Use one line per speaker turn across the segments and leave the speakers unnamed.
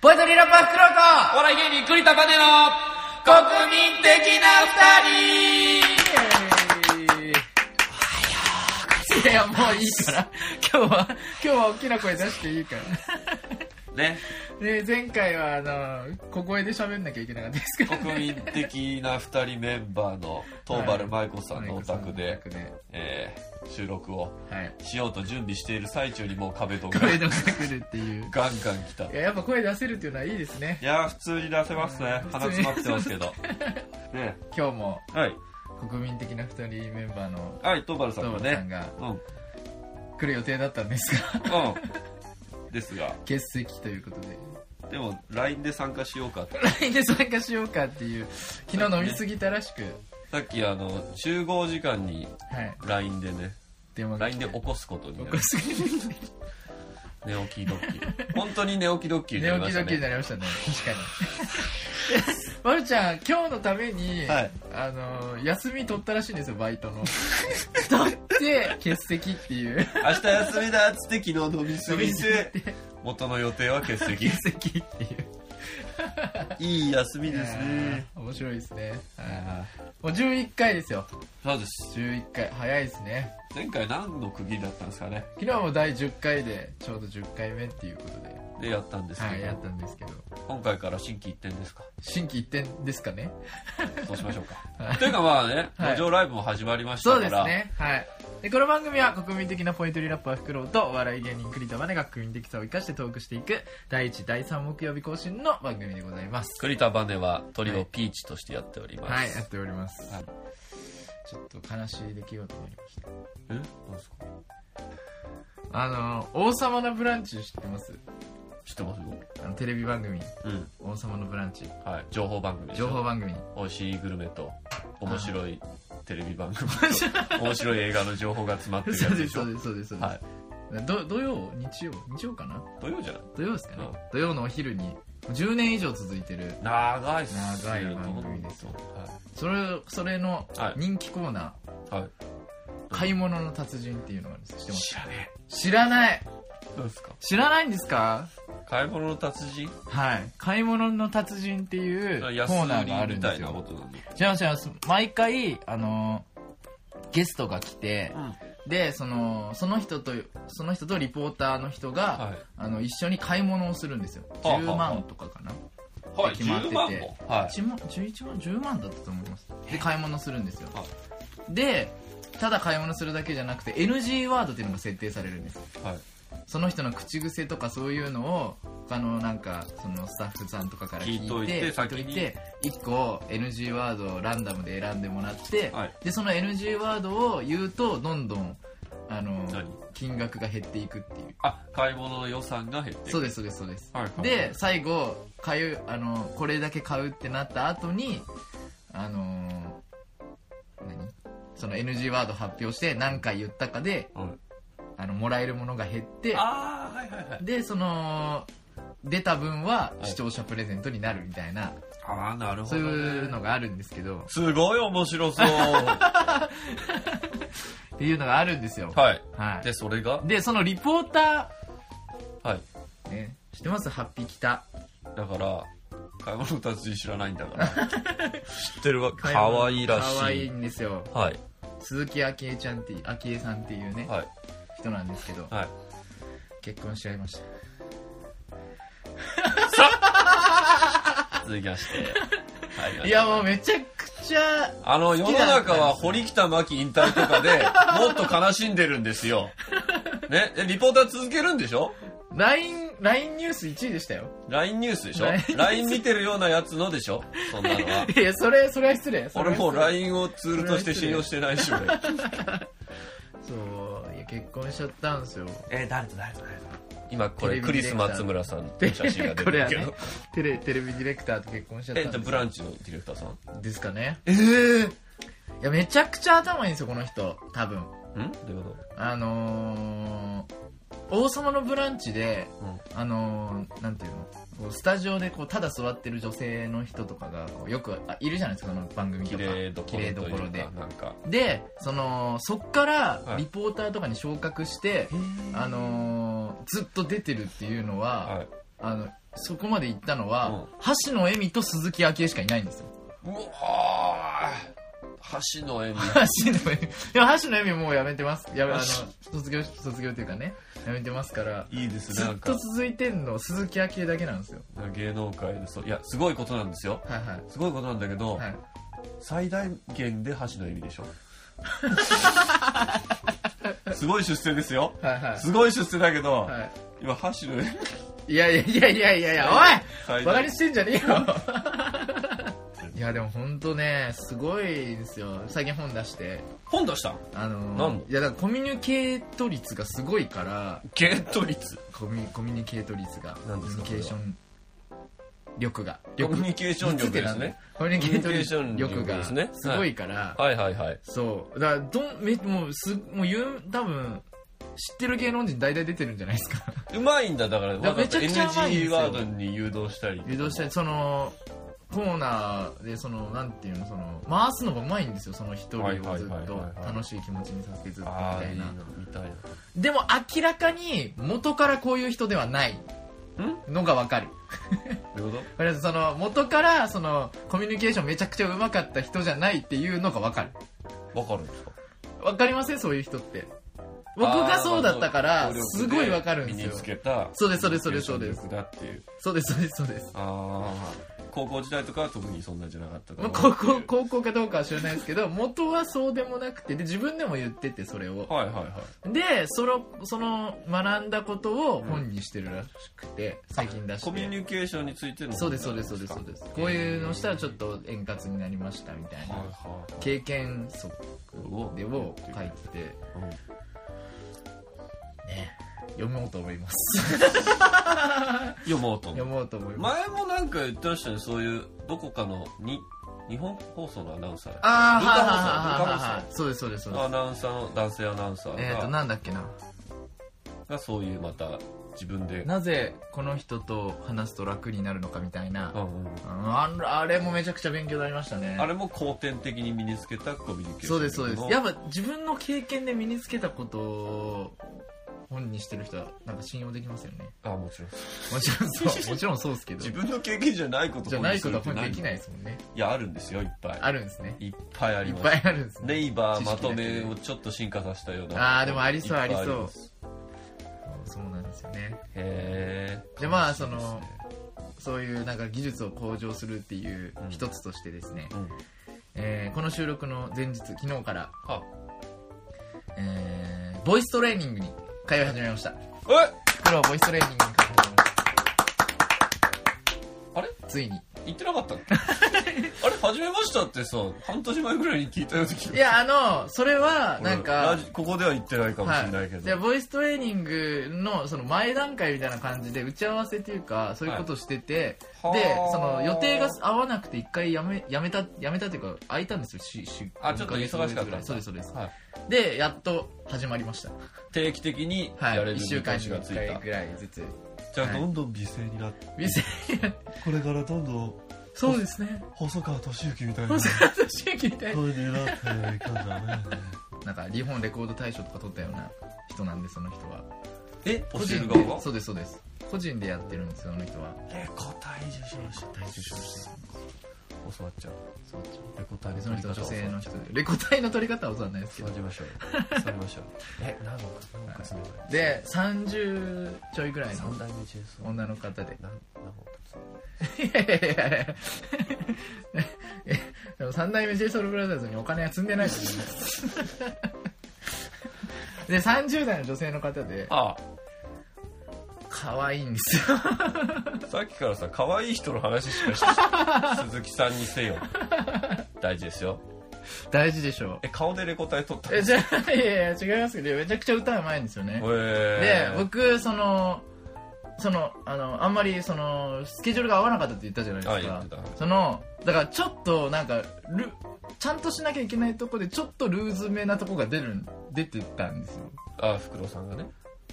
ポエトリーラッパーフクロウ
お笑い芸人栗田バネの国民的な
といやいやもういいから今日は今日は大きな声出していい から
二人ね、
で前回はあの小声で喋んなきゃいけなかったですから、
国民的な二人メンバーの東原舞子さんのお宅
はい
で
お宅で、
えー収録を
はい
しようと準備している最中にもう壁ドンが
声出してくるっていう
ガンガン来た。い
いややっぱ声出せるっていうのはいいですね
やー、普通に出せます ね。
うん
鼻詰まってますけど。ね
今日も
はい。
国民的な2人メンバーの
はい、東原さん
東
が
原さん
ね。
が
うん。うん
来る予定だったんですが
ですが、
欠席ということ で
でも LINE で参加しようかって。
LINE で参加しようかっていう昨日飲みすぎたらしく、
さっきあの、集合時間に
はい、
LINE でね、
電話が来
LINE
て
で起こすことに
起
な
こ
る。
すぎて
寝起きドッキリ。 本当に寝起きドッキリになり
寝
ま
起き
し
ド
た
ッキリに
ね。
なりましたね確かに まるちゃん今日のために、
はい
あの休み取ったらしいんですよバイトの取って欠席っていう
明日休みだっつって昨日飲みすぎて、元の予定は欠 席。
欠席っていう
いい休み
いや
ですね。
ー面白いですねはいもう11回ですよ
そうです。
11回早いですね
前回何の区切りだったんですかね。
昨日も第10回でちょうど10回目っていうことで、
でやったんです
はい、
け
やっ
ど、
たんですけど
今回から新規一点ですか。
新規一転ですかね
そうしましょう
は
か。
い
というかまあね、
はい
路上ライブも始まりまし
そう
た
です
から、
ねはいでこの番組は国民的なポエトリーラッパーフクロウとお笑い芸人栗田真音が国民的さを生かしてトークしていく第1第3木曜日更新の番組でございます
栗田バネはトリオピーチとしてやっております。
はいやっております、
はい
ちょっと悲しい出来事になりました
え何ですか
あの「王様のブランチ」知ってます
知ってますよ。
あのテレビ番組
うん。
「王様のブランチ
はい。情報番組」でしょ
情報番組
美味しいグルメと面白いテレビ番組と 面白い映画の情報が詰まってるや
そう
つ
で
ですしょ
そうですそうですそうです、
はい
ど土曜日曜日曜かな
土曜じゃない
土曜ですかね、
うん
土曜のお昼に10年以上続いてる
長いっす
長い番組です
よ
それそれの
はい
人気コーナー、
はい、はい、
買い物の達人っていうのがあるんです知ってます
知らね
知らない
えどうですか
知らないんですか
買い物の達人
はい買い物の達人っていうコ
安
ーナ
売
ーがある
り
ん
み
で
た
す
いなこ
よ
となんで
違います違います毎回あのゲストが来て
う、ん
でそのその人とその人とリポーターの人が、
はい
あの一緒に買い物をするんですよ
はあはあ
10万とかかな、
はい
決まって
10
て
万もはい
1万11万10万だったと思いますで買い物するんですよ
は
でただ買い物するだけじゃなくて NG ワードっていうのが設定されるんです
はい
その人の口癖とかそういうのを他のなんかそのスタッフさんとかから聞いて
聞いといて
聞いといて1個 NG ワードをランダムで選んでもらって、
はい
でその NG ワードを言うとどんどんあの
何
金額が減っていくっていう
あ買い物の予算が減っていく
そうですそうですそうです
はいはい
で最後買うあのこれだけ買うってなった後にあのー何その NG ワード発表して何回言ったかで
はい
あのもらえるものが減って
ああはいはいはい
でその出た分は
はい
視聴者プレゼントになるみたいな、
ああなるほ
そう
ど、ね、
いうのがあるんですけど
すごい面 白そう
っていうのがあるんですよ
はい
はい
でそれが
でそのリポータ
はい
ー、ね、知ってますハッピー北
だから買い物の達人知らないんだから 知ってるわ
か
かわいらしい
かわいいんですよ
はい
鈴木あきえちゃんってあきえさんっていうね、
はい
人なんですけど
はい
結婚しちゃいました
続き ましてはい
いやもうめちゃくちゃ
あの世の中は堀北真希引退と かでもっと悲しんでるんですよねえリポーター続けるんでしょ
LINE, LINE ニュース1位でしたよ
LINE ニュースでしょ
LINE ニュース
LINE 見てるようなやつのでしょそんなの はい
やそれそれは失礼それ
俺
は失礼
もう LINE をツールとして信用してないし俺
そういや結婚しちゃったんですよ
え誰と誰と誰と今これ
テレ
ク
ビ
リ
ディレ
ス・
クター
松村さん
で
の写真が 出
これ
る
は
け
ね
ど
テレテレビディレクターと結婚しちゃっ
え
たん
じゃあ
です
ブランチのディレクターさん
ですかね
ええ
いやめちゃくちゃ頭いいんですよこの人多分
んどういうこ
あのー王様のブランチで、あのーなんていうのこうスタジオでこうただ座ってる女性の人とかがこうよくあいるじゃないですかその番
と
組
綺
とか
麗どころとい
麗
う
ど
か
ころで
なんか
でそのそっから
はい
リポーターとかに昇格して、あのーずっと出てるっていうのは、
はい
あのそこまで行ったのは、
うん
橋野恵美と鈴木昭恵しかいないんですよ。
うわー橋の絵に
橋野恵美。でも橋野恵美もうやめてます。やめ、あの
橋、
卒業、卒業っていうかね、やめてますから、
いいですね
ず
な
っ
んか
と続いてんの鈴木昭恵だけなんですよ。
芸能界でそういやすごいことなんですよ
はいはい。
すごいことなんだけど、
はい、
最大限で橋の意味でしょ すごい出世ですよ
はいは
すごい出世だけど、
い。は
今箸の上
い。いやいやいやいやいやいや、おいバカにしてんじゃねえよいやでもほんとね、すごいですよ。最近本出して。
本出した
あの
なんで
いやだからコミュニケート率がすごいから、
ゲート率
コミコミュニケート率が
何ですか
コミュニケーション力が
コ
力
ミュニケーション力ですね
コミュニケ
コミュニケーション
ート
力
力が
ですね
すごいから、
はいはいはい
そうだからどんめもうすもう言う多分知ってる芸能人大体出てるんじゃないです か
うまいんだだから
や
わかった
めちゃくちゃうまいんです
NG
よ
ワードに誘導したり
誘導したりそのコーナーでそのなんていうのその回すのがうまいんですよその一人
はい
を
はい
ず
はい
っと
はい
楽しい気持ちにさせてずっとみ
ああ
た
い
い
いな
な
みたいな
でも明らかに元からこういう人ではないのがわかる
どういうこ
とりあえずその元からそのコミュニケーションめちゃくちゃうまかった人じゃないっていうのが分かる
とわかるんですか
分かりませんそういう人って僕がそうだったからすごい分かるん
身
で
につ
すよ
けた
そうですそうですそうですそうです
コミュニケーション力だっていう
そうですそうですそうです
ああ高校時代とかは特にそんなんじゃなかったか
ま
な
あ高校高校かどうかは知らないですけど元はそうでもなくてで自分でも言っててそれを
はいはいはい
でそのその学んだことを本にしてるらしくて最近出して
コミュニケーションについての
そうですそうですそうですそうですこういうのしたらちょっと円滑になりましたみたい
はい
な
は
経験則でを書いてて
いうん
ね読もうと思います
読もうと思う
読もうと思います
前もなんか言ってましたねそういうどこかのに日本放送のアナウンサー
あ
文化
あはいはい
放送
はいはいはいそうですそうですそうで
ア
す
ナウンサーの男性アナウンサーが,、
えっとなんだっけな
がそういうまた自分で、
なぜこの人と話すと楽になるのかみたいな
うんうん
あのあれもめちゃくちゃ勉強になりましたね
あれも後天的に身につけたコミュニケーション
そうですそうですや
っ
っぱ自分の経験で身につけたことを本にしてる人はなんか信用できますよね
あもちろん
もちろんそうもちろんそうですけど
自分の経験じゃないこと
じゃないことは
本に
本
するって
できないですもんね
いやあるんですよいっぱい
あるんですね
いっぱいあ
い
り
っ
ます
ぱいあるんですね
ネイバー
知
ま
識
と
だけで
めをちょっと進化させたよう
あ
な
ーでもありそう
いっぱい
ありそう
ます
そうなんですよね
へえ
でまあそのそういうなんか技術を向上するっていう
うん
一つとしてですね、
うん
えーこの収録の前日昨日から、
あ
えーボイストレーニングに通い始めました
え
プロボイストレーニングに通い始めました
あれ
ついに
言ってなかった のあれ始めましたってさ半年前ぐらいに聞いたような気が
いやあのそれはなん
ラ
か
ジここでは言ってないかもしれないけ
はい、
ど、
じゃあボイストレーニングのその前段階みたいな感じで打ち合わせというかそういうことをしてて、
はい
で
はあ
その予定が合わなくて一回やめやめたやめたというか空いたんですよしし
あちょっと忙しかったんだ
ぐらいそうですそうです、
はい
でやっと始まりました
定期的に
は
や
い
れる
1週間に
見通しがつい
1
た、
回ぐらいずつ
じゃあ
はい
どんどん美声になって、
店
これからどんどん
そうですね
細川俊之みたいな
細川俊之みたいな
声になっていくんだね
なんか日本レコード大賞とか取ったような人なんでその人は
え教える
で
側
そうですそうです個人でやってるんですよその人は
レコ大受賞し
大受賞して
教わっちゃう
そうちょっ
レコ大
と
の
でその
取り
人
方
は女性の人
教
でレコ大の取り方はお世話にないですけど
わり ましょう教わりましょうえ何億何億するの
で30ちょいぐらいの
三代目 JS
女の方で
何何億
いやいやいやいやでも三代目 JSOULBROTHERS にお金は積んでないと思いますで30代の女性の方で
あ
可愛いんですよ
さっきからさ可愛い人の話しかして鈴木さんにせ よ大事ですよ
大事でしょ
え顔でレコ大取った
えじゃあいやいや違いますけどめちゃくちゃ歌うまいんですよねで
えー、
僕そのそのあのあんまりそのスケジュールが合わなかったって言ったじゃないですか、
あ言ってた
そのだからちょっとなんかルちゃんとしなきゃいけないとこでちょっとルーズめなとこが出る出てたんですよ
あ福郎さんがね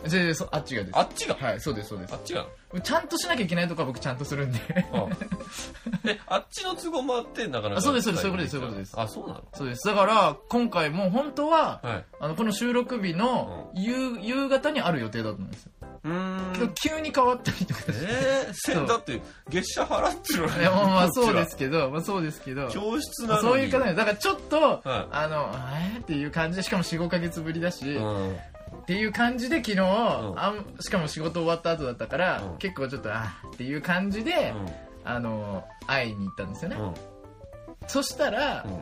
じゃあじゃあそあっちがです
あっちが
はいそうですそうです
あっちが
ちゃんとしなきゃいけないとこは僕ちゃんとするん で
あえあっちの都合もあってなかなか
あそうですそうですそういうことですそういうことです
あそうなの
そうですだから今回もう本当は
はい
あのこの収録日の夕,、夕方にある予定だったんですよ
うーん
けど急に変わったりと かして
えー、せ
そう
だって月謝払ってるわ
い
ね
やまあまあそうで
こ
すけど、まあそうですけど
っ、ちは教室なのに
そういう方ねだからちょっと、
はい
あの、えーっていう感じで、しかも4、5ヶ月ぶりだし、
うん
っていう感じで昨日、
ん
あんしかも仕事終わった後だったから、
うん
結構ちょっと、あーっていう感じで、あの、会いに行ったんですよね。
うん
そしたら、
うんうん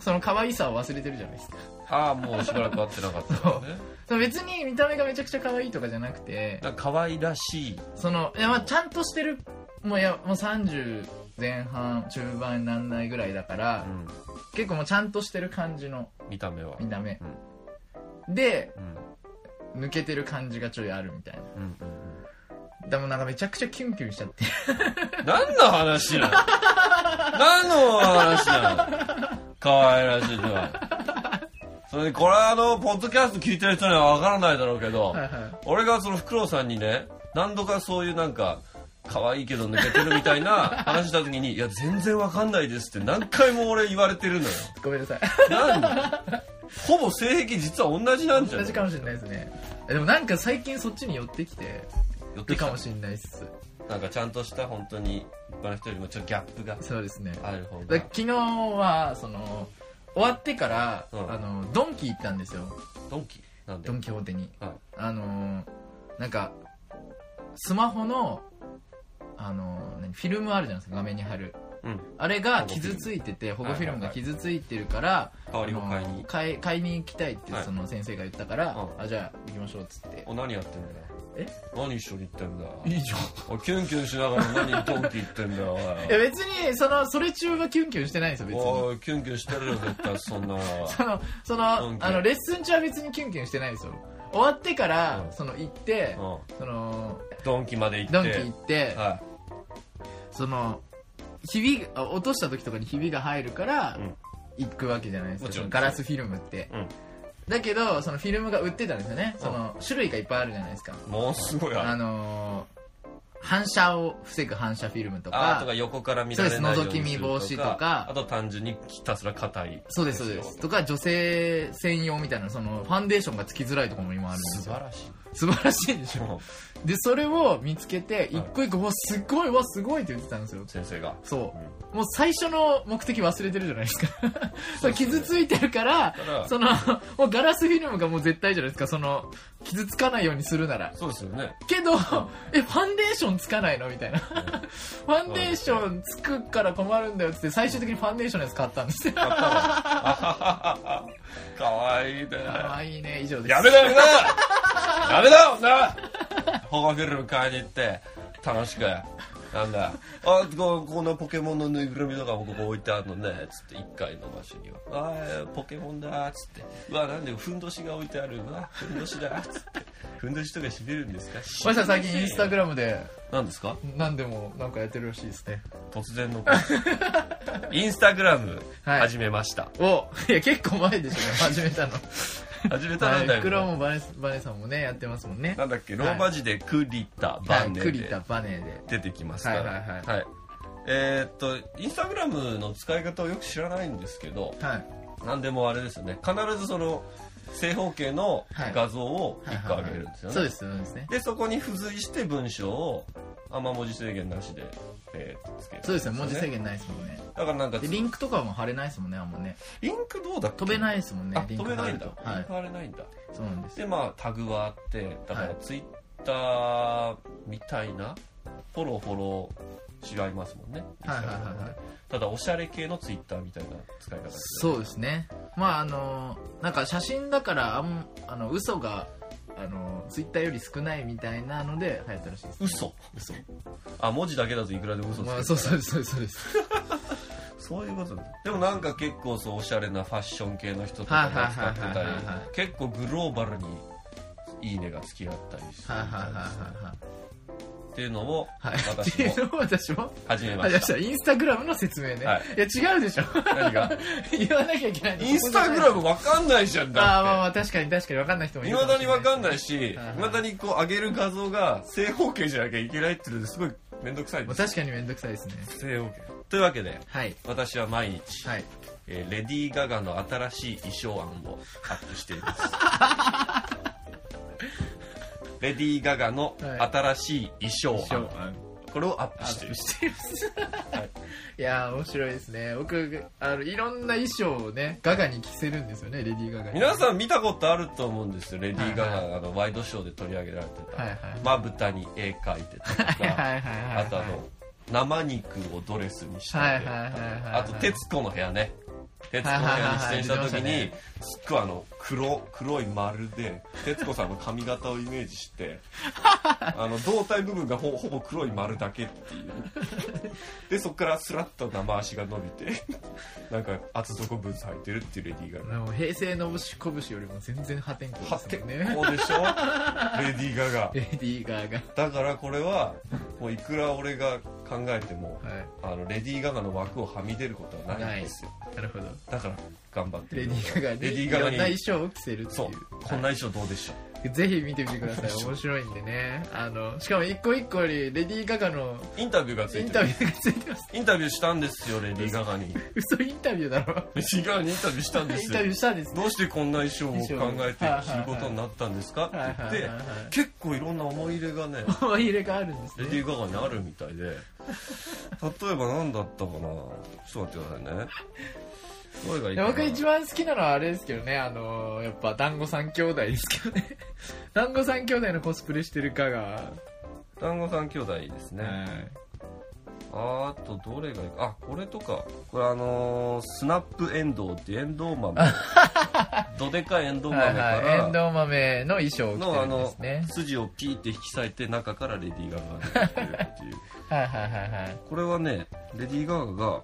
その可愛さを忘れてるじゃないですか。
ああもうしばらく会ってなかったからね
その別に見た目がめちゃくちゃ可愛いとかじゃなくて、
なんか可愛らしい
その、いやまあちゃんとしてる、もういや、もう30前半、中盤になんないぐらいだから、
う
結構もうちゃんとしてる感じの
ん、見た目は。
見た目。で、
うん、
抜けてる感じがちょいあるみたいな。
うん、うん。
でもなんかめちゃくちゃキュンキュンしちゃって。
何の話なの何の話なの可愛らしいのは。それで、これはあの、ポッドキャスト聞いてる人にはわからないだろうけど、俺がその、フクロウさんにね、何度かそういうなんか、可愛いけど抜けてるみたいな話した時に、いや、全然わかんないですって何回も俺言われてるのよ。
ごめんなさい。
なんだほぼ性癖実は同じなんじゃな
同
い
じかもしれないですね。でもなんか最近そっちに寄ってきて
寄って
る
きた
かもしれないっす。
なんかちゃんとした本当に一般の人よりもちょっとギャップが
そうですね。
ある方が
だ昨日は、その、終わってから、
うん
あの、ドンキ行ったんですよ。
ドンキなんで
ドンキホーテに。
はい
あのー、なんか、スマホの、あのー、何フィルムあるじゃないですか、画面に貼る。
うん
あれが傷ついてて、保
護フィル
護フィルム
ム
が
はいはいはい
傷ついてるから、
代わりを買い
あの
に
買い買いに行きたいって
はい
その先生が言ったから、
うん
あじゃあ行きましょうっつって
お何やってんだよ
え
何一緒に行ってんだよ
いじゃん
おキュンキュンしながら何ドンキ行ってん だよ
いや別にそのそれ中はキュンキュンしてないんですよ
おい
別に
おいキュンキュンしてるよ絶対 そんなのは
そのその
ドンキ
あのレッスン中は別にキュンキュンしてないんですよ終わってから、
うん
その行って、
う
その
んドンキまで行って
ドンキ行って、
は
そのひびが落とした時とかにひびが入るから
うん
行くわけじゃないですか、
もち
そ
ろん
のガラスフィルムって、
うん
だけどそのフィルムが売ってたんですよね、その種類がいっぱいあるじゃないですか、
いもうすごいあ
あ
る
のー反射を防ぐ反射フィルムと
あ
か
とか横から見られないよう
そ
にする
うです覗き見防止とか
あと単純にひたすら硬い
そうですそうですとか女性専用みたいなそのファンデーションがつきづらいところも今あるんで
素
す
晴
よ
らしい
素晴らしいでしょ
うん
でそれを見つけて一個一個「うわすごいうわすごい」って言ってたんですよ
先生が
そう
うん
もう最初の目的忘れてるじゃないですかそう 傷ついてるから
だから
そのもうガラスフィルムがもう絶対じゃないですかその傷つかないようにするなら
そうですよね
けど、え、ファンデーションつかないのみたいな。ファンデーションつくから困るんだよっつって、最終的にファンデーションのやつ買ったんですよ。
買ったわかわいいね
ああ、いいね、以上です。
やめだよなやめだよな保護フィルム買いに行って楽しくなんだあここのポケモンのぬいぐるみとかもここ置いてあるのねつって1階の場所には「あーポケモンだ」つって「うわなんでふんどしが置いてあるうわふんどしだ」つって「ふんどしとかしびるんですか?しび
ま
れませんよ」
さん最近インスタグラムで
なんですか
何でもなんかやってるらしいですね。
突然のインスタグラム
はい
始めました、
おいや、結構前でしょ、ね、始めたの。
始めたな
は
んだ
い、
よ、
クロもバネバネさんもね、やってますもんね。
なんだっけローマ字でクリタ、バンネ
はいクリ
で
タ、バネで。
出てきますから
はいはい
はいえーっとインスタグラムの使い方をよく知らないんですけど
はい。
何でもあれですよね必ずその正方形の
はい
画像を
はい
1
はい
個
は
上
い
げるんですよね、
そうです、そうですね。
でそこに付随して文章をあんま文字制限なしで、えーっとつけるん
そうですね、文字制
限
限ないですもんね。
だからなんか
で、
リ
リンクとかも貼れないですもんね、あんまね。
ンクどうだっけ
飛べないですもんね
あ、
リン
飛
ク
べ
貼
ない
る
んだ、
と。
リ
は
ン
い
ク。貼れないんだ
そうなんです。
でまあタグはあってだか
は
ら
い
ツイッターみたいなフォローフォロー違いますもんね
はいはいはいはい
ただおしゃれ系のツイッターみたいな使い方ですね
そうですねまああのなんか写真だからあんあの嘘があのツイッターより少ないみたいなので流行ったらしいです、
嘘
嘘
あ文字だけだといくらでも嘘つける、
まあ、そうそうですそうですそうです
そういうことですでもなんか結構そうおしゃれなファッション系の人とかが使ってた
はいはいは
り
いはいはい
結構グローバルにいいねが付き合ったりする
はいはい
み
は
たいですね
い
っていうのを
はいはいっ
私
て
も
いうのを 私も
始めま
あじゃ
し
あインスタグラムの説明ね、
はい
い、や違うでしょ
た何が
言わなきゃいけない
インスタグラムわかんないじゃんだって
ああまあまあ確かに確かに分かんない人もい
い
る
まだにわかん
い
ないし、い
はい
まだにこう上げる画像が正方形じゃなきゃいけないっていうのですごい面倒くさい
ま
で
あ、
す。
確かに面倒くさいですね
正方形。というわけで、
はい
私は毎日、
はい
えーレディー・ガガ の新しい衣装案をアップしています。レディー・ガガの
はい
新しい衣装案、
案
これをアップ
ア
して
ッ
る
プしてるいやー面白いですね僕あのいろんな衣装をねガガに着せるんですよねレディー・ガガに
皆
ん
さん見たことあると思うんですよレディー・ガ
は
ガ
い
があのワイドショーで取り上げられて
はいは
た
い
まぶたに絵描いてたと
はい
か
はいはいはい
あとあの生肉をドレスにして
はいはいはいはい
あと「徹子の部屋」ね「徹子の部屋」に出演した時
はいはいはい
にすっごいあの黒黒い丸で徹子さんの髪型をイメージして あの胴体部分がほほぼ黒い丸だけっていうでそこからスラッと生足が伸びてなんか厚底ブーツ履いてるっていうレディーガガ
もう平成のぶしこぶしよりも全然破天荒
は
です
結
よ
構
ね
でしょレディー・ ガガ
レディー・ガガ
だからこれはもういくら俺が考えても
は
あのレディー・ガガの枠をはみ出ることはないんですよ
いなるほど
だから頑張って
レディー・ガガ
レ
に
ディ
い
ーガガ
ろん
に
な衣装を着せるっていう
そうこんな衣装どうでしょ
ぜひ見てみてください面白いんでねあのしかも一個一個よりレディー・ガガの
うインタビューがつ
イ
い
ン
て
タ
る
ビューがついてます
インタビューしたんですよレディー・ガ ガにレ
嘘インタビューだろ
ディー・ガガにインタビューしたんで
イン
す
タ
よ
ビューしたんですね
どうしてこんな衣装を考えて
衣装
着ることになったんですか
はい
っ
は
て
い
言
は
っ
い
て結構いろんな思い入れがね
思い入れがあるんです
レ
ね
ディー・ガガにあるみたいで例えば何だったかなちょっと待ってくださいね声がいい
い
か
や
な
僕一番好きなのはあれですけどね、あのーやっぱ団子三兄弟ですけど ね。団子三兄弟のコスプレしてるかが、
団子三兄弟ですね、あーとどれがいいかあこれとかこれあのースナップエンドウっていうエンド ウ豆どでかいエンドウ豆
は
か
い
ら、
はい。エンドウ豆の衣装を着て
のあ
るんで
の
すね。
筋をピーって引き裂いて中からレディー・ガガが出てくるっていう
はいはいはいはい。
これはねレディー・ガガが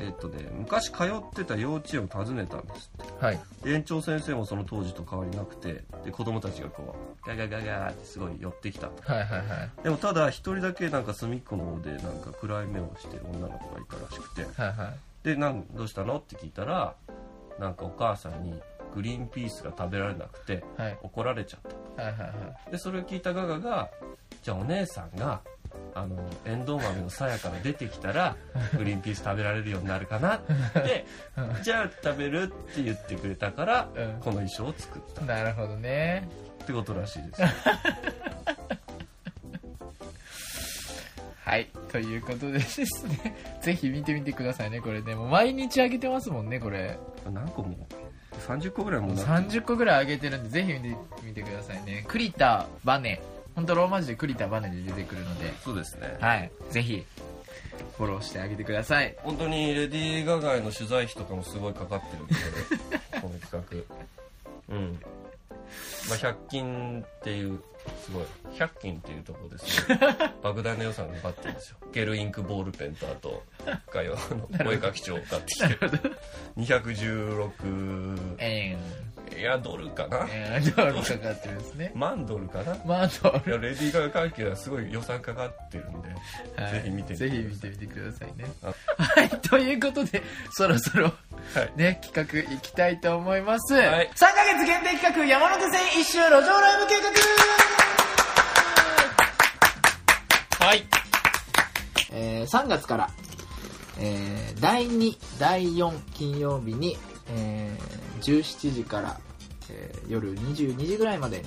えっとね昔通ってた幼稚園を訪ねたんですって
はい。
園長先生もその当時と変わりなくてで子供たちがこうガガガガーってすごい寄ってきたと
はいはいはい。
でもただ一人だけなんか隅っこの方でなんか暗い目をしてる女の子がいたらしくて
はいはい。
でなんどうしたのって聞いたらなんかお母さんにグリーンピースが食べられなくて
はい
怒られちゃった
はいはいはい。
でそれを聞いたガガがじゃあお姉さんがあのエンドウ豆の鞘から出てきたらグリーンピース食べられるようになるかなってじゃあ食べるって言ってくれたから、
うん
この衣装を作った
なるほどね。
ってことらしいですよ
はい。ということでですね。 ぜひ見てみてくださいね、これね。もう毎日あげてますもんね、これ。
何個も30個ぐらいもうなってる
30個ぐらいあげてるんで、ぜひ見てみてくださいね。栗田バネ。本当ローマ字で栗田バネで出てくるので。
そうですね
はい。ぜひ、フォローしてあげてください。
本当にレディー・ガガへの取材費とかもすごいかかってるんでこれこの企画うんまあ100均っていうすごい100均っていうところで すね莫大な予算がかかってるんですよゲルインクボールペンとあと一回はあのお絵描き帳を買ってきて216
え
いやドルかな
ー、えー、ドルかかってるんですね。
万ドルかない
まあ、ドル。
やレディー・ガガ関係はすごい予算かかってるんで、
はい
ぜひ見てみ
ぜ
て
ひ
く
見
ださ
てみてくださいね。
あ
はい。ということで、そろそろ、
いはい
ね、企画いきたいと思います。
はい
3ヶ月限定企画、山手線一周路上ライブ計
はい
画えー、3月から、えー、第2、第4金曜日に、えー、17時から、えー、夜22時ぐらいまで、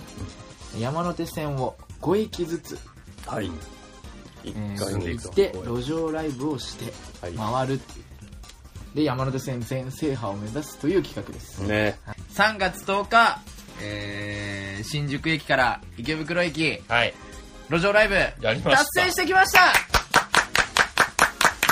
山手線を5駅ずつ
はい。一
えー
回目
行って路上ライブをして
はい
回るっていうで山手線全制覇を目指すという企画です
ね。
3月10日、えー新宿駅から池袋駅
はい
路上ライブ
やりました
達成してきました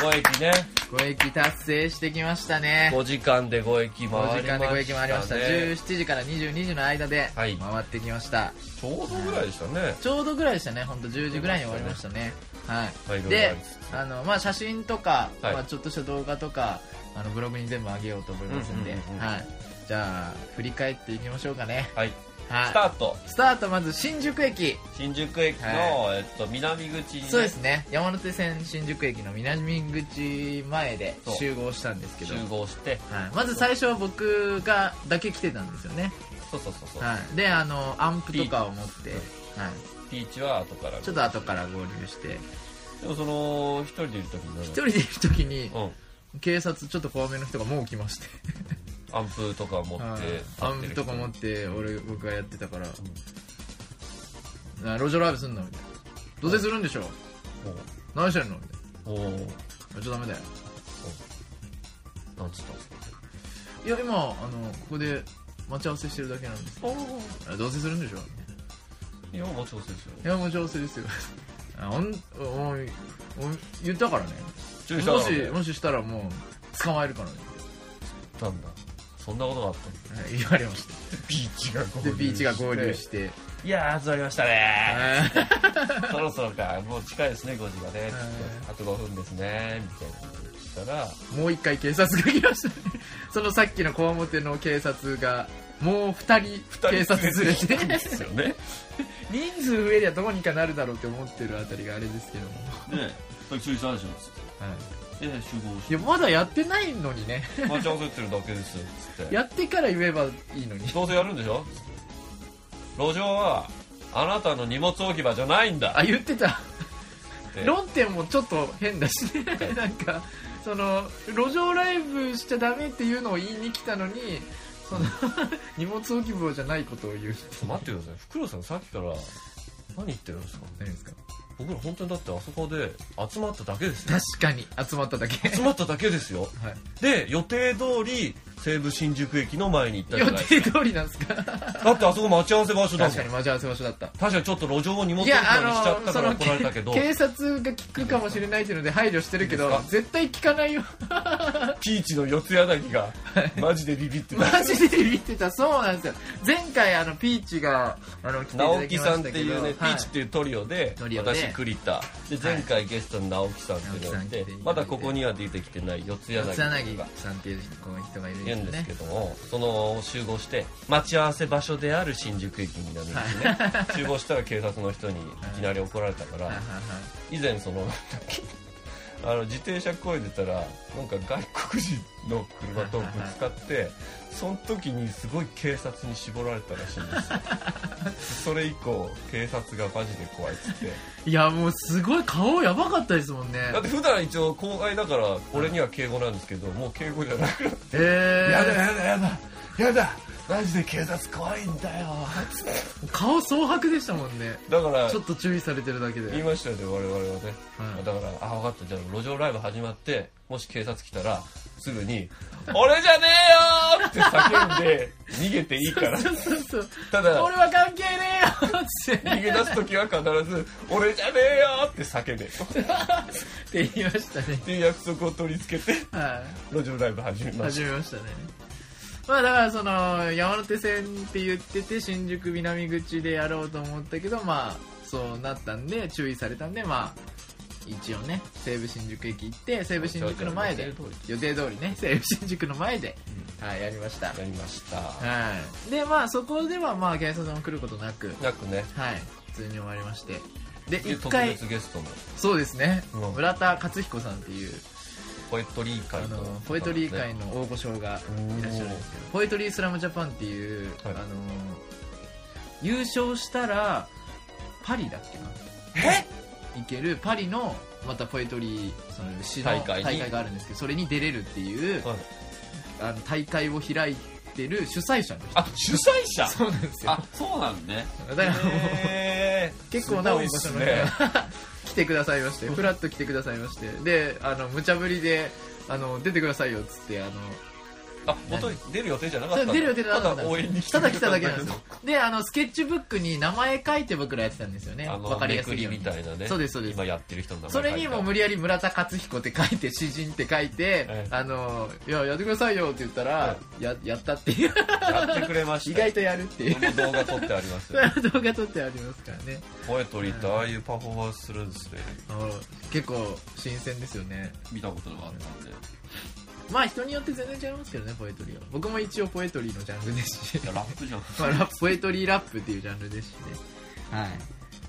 5駅ね
5駅達成してきましたね
5時間で5駅回り
5
ました、ね、
時間で5駅回りました17時から22時の間で
は
回
い
ってきました、
ちょうどぐらいでしたね。
ちょうどぐらいでしたね、本当10時ぐらいに終わりましたね。は
はい
い。
いろいろあ
で
りつ、
あの、まあ、写真とか、
はい
まあ、ちょっとした動画とか、あの、ブログに全部あげようと思いますんで、
うんうんうんうん
はい。じゃあ、振り返っていきましょうかね。
はい。
はい。
スタート。
スタート、まず新宿駅。
新宿駅の、
は
えっと、南口に、
そうですね。山手線新宿駅の南口前で
そう
集合したんですけど、
集合して、
はい。まず最初は僕が、だけ来てたんですよね。
そうそうそうそう、
はい。で、あの、アンプとかを持って、はい。
ピーチは後から。
ちょっと後から合流して、
でもその、一人でいる時に、
一人でいる時に、
うん。
警察ちょっと怖めの人がもう来まして
アンプとか持って、立ってる
アンプとか持っ
って
俺僕がやってたから、な路上ライブすんのみたいな。どうせするんでしょ何してんのみたい
おおー
な。ちょ、ダメだよ。
なんつったんですか
いや、今、あの、ここで待ち合わせしてるだけなんです。
お
あどうせするんでしょ
いや、もちろんですよ。
いや、待ち合わせですよ。あ、ほん、おい、おい、言ったからね。
注意した
も
だろう
し、
ね
もししたらもう、捕まえるからね。
なんだ。そんなことがあった
はい言われました。
ビーチが合
で、ビーチが合流して。
いやー、集まりましたね
あー
ー。そろそろか、もう近いですね、5時がね。
はい
あと5分ですね、みたいなこと言ったら、
もう一回警察が来ま したね。そのさっきのこわもての警察が、もう二人警察連れて、
ですよね。
人数増えりゃどうにかなるだろうって思ってるあたりがあれですけども。
で、注意したでしょ。
はい
で、集合し
い
て
や、まだやってないのにね。、
待ち合わせてるだけですよ、つって。
やってから言えばいいのに。
どうせやるんでしょ路上は、あなたの荷物置き場じゃないんだ。
あ、言ってた。
って
論点もちょっと変だしね。なんか、その、路上ライブしちゃダメっていうのを言いに来たのに、そ の、荷物置き場じゃないことを言う。
ちょっと待ってください。袋さん、さっきから、何言ってるんですか
何ですか
僕ら本当にだってあそこで集まっただけですよ。
確かに、集まっただけ。
集まっただけですよ。
はい。
で、予定通り、西武新宿駅の前に行った じ
予
ゃない
定通りなんですか
だってあそこ待ち合わせ場所だ
確
もん。
か
確
に待ち合わせ場所だった
かにちょっと路上を
い
荷物置き
や
場にしちゃ
あ
っ
のそ
たか
の
ら怒られたけど、
警察が聞くかもしれないっていうので配慮してるけど
いいですか
絶対聞か ないよ
ピーチの四つ柳が、マジでビビってた。
マジでビビってたそうなんですよ前回あのピーチがあの来ていた
直
だき
樹
ま
さ
し
んって
たけ
い
ど
うね、ピーチっ
は
ていうトリオで、
トリオで
私、栗田。で、前回ゲストに直樹さんっていうのが
直樹さん
いて
来ていただいて
まだここには出てきてない四つ
い
柳
四柳
が。
さんっていうこの人がいるん
い
で
る
す
ん
よ
です
ね
けども、その集合して待ち合わせ場所である新宿駅になるんですね、 集合したら警察の人にいきなり怒られたから、
はいはいはい
以前その なんだっけあの自転車こいでたらなんか外国人の車とぶつかってその時にすごい警察に絞られたらしいん ですよそれ以降警察がマジで怖いっつって
いやもうすごい顔やばかったですもんね
だって普段一応後輩だから俺には敬語なんですけどもう敬語じゃなくなって
え
やだ
ー、
やだやだやだマジで警察怖いんだよ
顔蒼白でしたもんね
だから
ちょっと注意されてるだけで
言いましたよね我々はね、
はい
だからあ分かったじゃあ路上ライブ始まってもし警察来たらす ぐに「俺じゃねえよ!」って叫んで逃げていい から
そうそうそう
ただ
俺は関係ねえよって
逃げ出す時は必ず「俺じゃねえよ!」って叫べっ
って言いましたね。
ていう約束を取り付けて
は
路上ライブ始め
い。
まし
始めましたね。まあだからその、山手線って言ってて、新宿南口でやろうと思ったけど、まあ、そうなったんで、注意されたんで、まあ、一応ね、西武新宿駅行って、西武新宿の前で
予定通、
予定通りね、西武新宿の前で、はい、やりました
た。やりました
はい。で、まあそこではまあ警察も来ることなく、
なくね
はい、普通に終わりまして。で、
で
一
特
回、
別ゲストも
そうですね、
うん
村田克彦さんっていう、
ポエトリー
あ
会と
のポエトリー界の大御所がいらっしゃるんですけどポエトリースラムジャパンっていう、
はい
あの優勝したらパリだっけな
え
行けるパリのまたポエトリーその詩の
大会に
大会があるんですけどそれに出れるっていう、
はい
あの大会を開いてる主催者の人
あ主催者
そうなんですよ
あそうなんね
だからもう
へー
結構な大御所
す
の
ごい
人
っすね
が 来てくださいましてフラッと来てくださいましてであの無茶ぶりであの出てくださいよっつってあの
あ、元々出る予定じゃなかったん だ
出る予定じゃなかったん
ただ応援に来て
ただ来ただけなんです
くれ
よ
たんだ
であのスケッチブックに名前書いて僕らやってたんですよね
けどあの
わかりやすいよう
め
に
くりみたいなね
そうですそうです
今やってる人の名前
それにもう無
理
理やり村田克彦って書いて詩人って書いて、
ええ
あのいややってくださいよって言ったら、
は
ややったって いう
やってくれまし
意
た
外
よ
とやるっていう
僕も動画撮ってありま すよ
動画撮ってありますからね
ポエトリーってああいうパフォーマンスするんですね
あの結構新鮮ですよね
見たことがあったんで
まあ人によって全然違いますけどねポエトリーは僕も一応ポエトリーのジャンルですし
いやラッ プじゃん
まあ、ラップポエトリーラップっていうジャンルですしね。は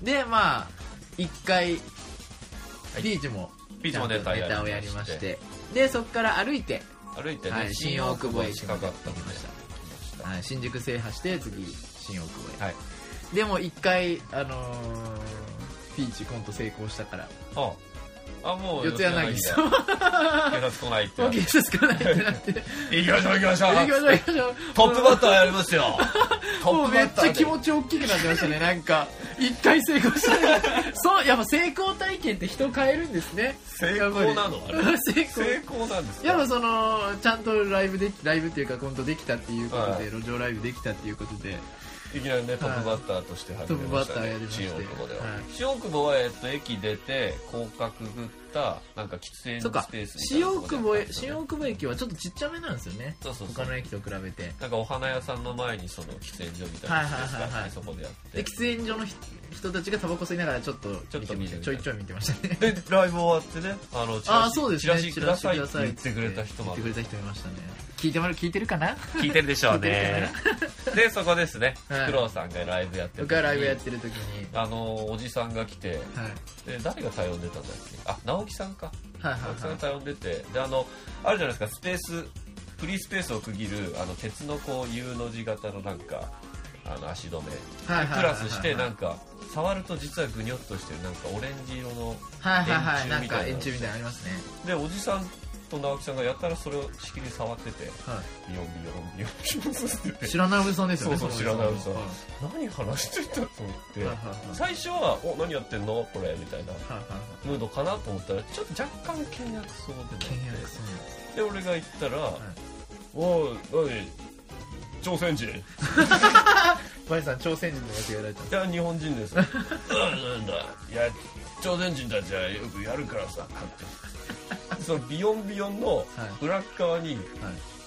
い。で、まあ、一回、
い
ビーチも、
ビーチもネタ
ちゃんとネタをやりまして、で、そこから歩いて、
歩いて
は
ね
い新大久保へ
近かったんで
行きました
行きま
はい、新宿制覇して、次、新大久保へ。
はい
でも、一回、あのー、ピーチコント成功したから、
したああもう
四谷柳さん
四
は、
谷柳警察来ないって
もう警察来ないってな って、
行きましょう行きま
行き
しょ
ましょ
う
う行きましょう。
トップバッターやりますよ ト
も
ッ
う
プ
めっ
バッタ
ちゃ
ー
気
で
持ち大きくなってましたね、なんか。一回成功 した。そう、やっぱ成功体験って人を変えるんですね。
成功な のあれ
やっぱり成功。
成功なんです
やっ
か
ぱその、ちゃんとライブでき、ライブっていうかコントできたっていうことで、
はい
路上ライブできたっていうことで、
いきなりねトップバッターとして始めました
はい
ね
トップバッターやりまして
新大久保では
はい
新大久保はえっと駅出て広角くぐったなんか喫煙
そっか
スペース、み
新
たいな
大
と
久
ころ
保
でや
へ新
ったん、ですよね
大久保駅はちょっとちっちゃめなんですよね。
そうそうそ
他
う
の駅と比べて。
なんかお花屋さんの前にその喫煙所みたいなスペースがあって
はいはいはいはい
そこでやって
で、喫煙所の人人たちがタバコ吸いながらちょっと見てました、
ちょ
ちょ
っと見てみた
いちょい見てましたね。
でライブ終わってねあのチラシ
ああ、そうです
チ
ね。
ラシくださいって言っ
チ
て
ラシ
く
だ
れ
さい
た人
言っ
も
てくれた人いましたね。聞いてもらう、聞いてるかな
聞いてるでしょうねでそこですね
はい
フクロウさんがライブやって
僕はライブやっててる時に。
あのおじさんが来て
はい。
で誰が頼んでたんだっけあ直樹さんか
はいはい
直樹さん
は
が
い。
頼んでてであのあるじゃないですかスペースフリースペースを区切るあの鉄のこう U の字型のなんかあの足止め
はい
プラスしてなん
か、
か触ると実はぐにょっとしてるなんかオレンジ色の
はいはいはい、なんか
円
円柱
柱み
み
た
た
い
いなのありますね。
でおじさんと直樹さんがやたらそれをしきり触ってて
は
ビヨンビヨンビヨンビヨンって
い。
て
知らないおじさんですよね、
そうそう
のおじさん
知らないお
は
何話してんだと思って、
いはいはいはい
最初は「お何やってんのこれ」みたいな
はいはいはい。
ムードかなと思ったらちょっと若干倹約そうでなって
倹約そうなんです
で俺が行ったら「
い
おい何朝鮮人い
バイさん、朝鮮人の間違えられたんです。
や日本 人です」うんなんだいや朝鮮人たちはよくやるからさ」ってそのビヨンビヨンの裏っ側に
はい。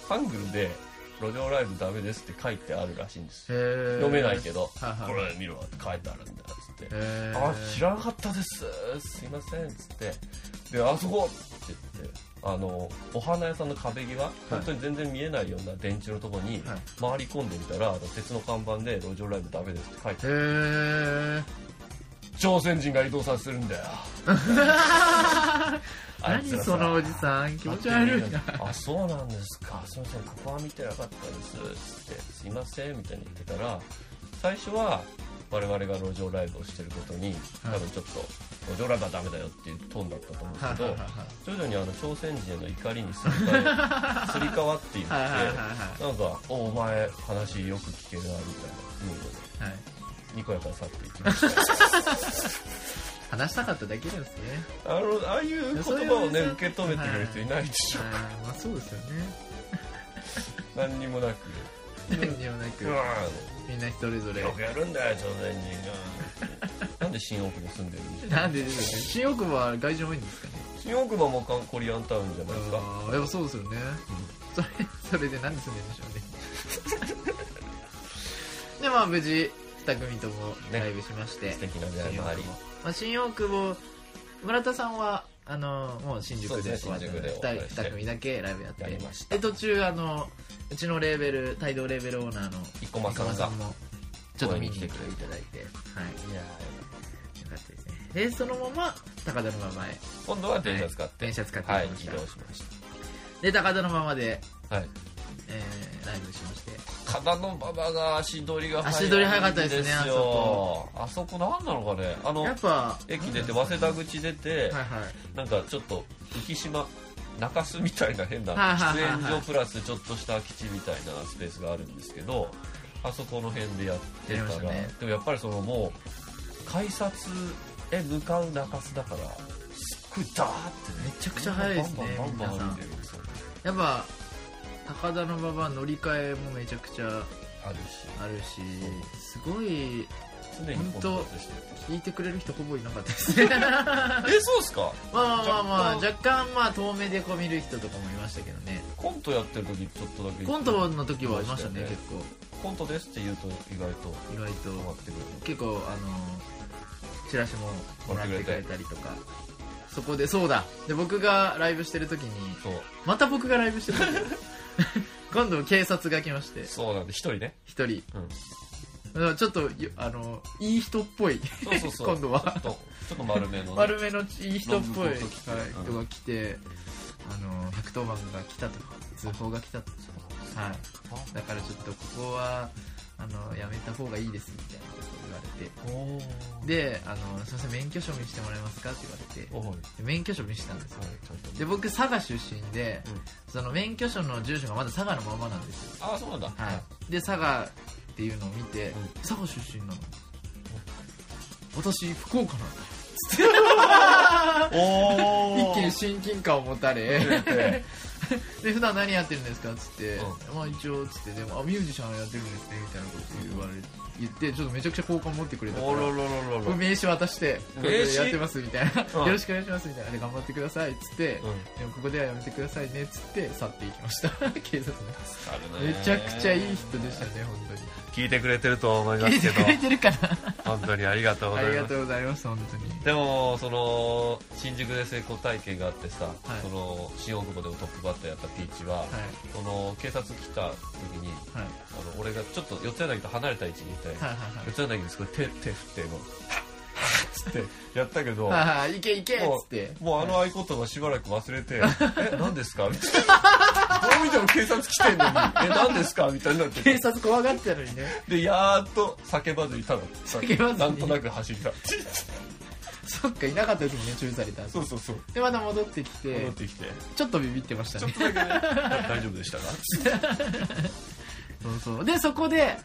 ハングルで「路上ライブダメです」って書いてあるらしいんですよ
へー
読めないけど、
はいはい
これ見ろって書いてあるんだっつって、
へー
あ知らなかったですすいませんっつってであそこって言ってあのお花屋さんの壁際、本当に全然見えないような電柱のとこに
はい
回り込んでみたら、あの鉄の看板で路上ライブダメですって書いて あ
へ
る
ー
朝鮮人が移動させるんだよあいつ
何
らさ
そのおじさん気持ち悪いな
あそうなんですかすいませんここは見てなかったですつってすいませんみたいに言ってたら最初は我々が路上ライブをしてることに多分ちょっと路上ライブはダメだよっていうトーンだったと思うんですけど徐々にあの朝鮮人への怒りにすり替 えすり替わっていって
はいはいはいはい
なんか「おお前話よく聞けるな」みたいなムードで
はい
にこやかに去っていきました
話したかっただけですね
あのああいう言葉をね
そういう
受け止めてくれる人いないでしょ
あーまあそうですよね
何にもなく
何にもなく
うわー
みんなそれぞれ
よくやるんだよ朝鮮人が なんで新大久保住んでるんでしょ
なんでですかね新大久保は外人多いんですかね
新大久保もコリアンタウンじゃないですか
あーやっぱそうですよねそれそれで何で住んでるんでしょうねでまあ無事2組ともライブしまして、
素敵な出会いもあり
まあ、新大久保村田さんはあのもう新宿で
そうですね新宿でお会いして
2組だけライブやって
やりました
で途中あのうちのレーベル帯同レーベルオーナーの
生駒さん
生駒
が
さんもちょっと見に来
応
て
援に
い
来
た
てくれて
だいてはい
いや
よかったですねでそのまま高田のままへ
ー今度は電車使って
電車使って
はい
き
移
ま
動
した
しまし
で高田のままで、
たはい
えーライブしまして
片の馬場が足取りが早い
足取り早かったですね
んよあそこなんなのかねあの
やっぱ
駅出て早稲田口出て
はいはい
なんかちょっと浮島中洲みたいな変な
はいはい
喫
はいはい
煙所プラスちょっとした空き地みたいなスペースがあるんですけどあそこの辺でやって
や
た
りました
ら、
ね
でもやっぱりそのもう改札へ向かう中洲だからすっごいダーってね
めちゃくちゃ早いですね
バンバンバンバン
皆さん
歩いてるそう
やっぱ高田の馬場乗り換えもめちゃくちゃ
ある
あるしすごい
し常に混雑して
聞
る
いてくれる人ほぼいなかったです ねまあ
えそうっすか
まあまあまあ
若
若干まあ遠目でこう見る人とかもいましたけどね
コントやってる時ちょっとだけ
コントの時はいましたね
いまし
結
たコントですって言うと意外と
構意外
変わ
と
ってくる
結構あのチラシももらってくれたりとかそこでそうだで僕がライブしてる時に
そう
また僕がライブしてる時 今度警察が来まして
そうなんで一人ね
一人
うん
ちょっとよあのいい人っぽい
そうそうそう
今度は
ちょっとちょっと丸めのね、
悪めのいい人っぽい、
ロ
は
ン
い
グコート着て
人が来
うん
て、あの110番が来たとか通報が来たとか、はい、だからちょっとここはあのやめた方がいいですみたいなことを言われて
おー
であの「すいません免許証見してもらえますか?」って言われて
おいはい
で免許証見せたんですよ
ちゃんと
で僕佐賀出身で、
うん
その免許証の住所がまだ佐賀のままなんですよ、
ああそうなんだ
はい、で佐賀っていうのを見て、
うん
佐賀出身なの私、福岡なんだ
お
一
ー
見親近感を持たれ、
て
で、普段何やってるんですかっつって、
う
まあ一応、つって、でも、あ、ミュージシャンやってるんですね、みたいなこと言われ、言って、ちょっとめちゃくちゃ好感持ってくれたから、
おろろろ
こ
ろ
れ
ろ
名刺渡して、これ
名刺
やってますみたいな、
うん
よろしくお願いしますみたいな、で頑張ってくださいっつって、
うん
でもここではやめてくださいねっつって、去っていきました、 警察に。
助かるね
めちゃくちゃいい人でしたね、本当に。
聞いてくれてると思いますけ
聞いて
ど
くれてるかな
本当にありがとうご
あ
ざ
り
い
が
ます
とうございます、本当に。
でもその新宿で成功体験があってさ、
い
その新大久保でもトップバッターやったピーチは、
はい、
その警察来た時に
はい、
あの俺がちょっと四谷柳と離れた位置にいて、
はい、はい
四谷柳にすごい手手振ってもうつってやったけど、
はい。はいはい、いけいけっつって。
もうあの合言葉しばらく忘れて、え、何ですかみたいな。どう見ても警察来てんのに、え、何ですかみたいになって
警
て。
察怖がってたのにね。
で、やーっと叫ばずにただ、
叫ばずに
なんとなく走った。
そっか、いなかったですもんね、注意された後
そうそうそう。
で、また戻ってきて
戻っ、てきて。
ちょっとビビってました
ちょ
ね
っ。とだけね、大丈夫でしたか
そうそう。で、そこで、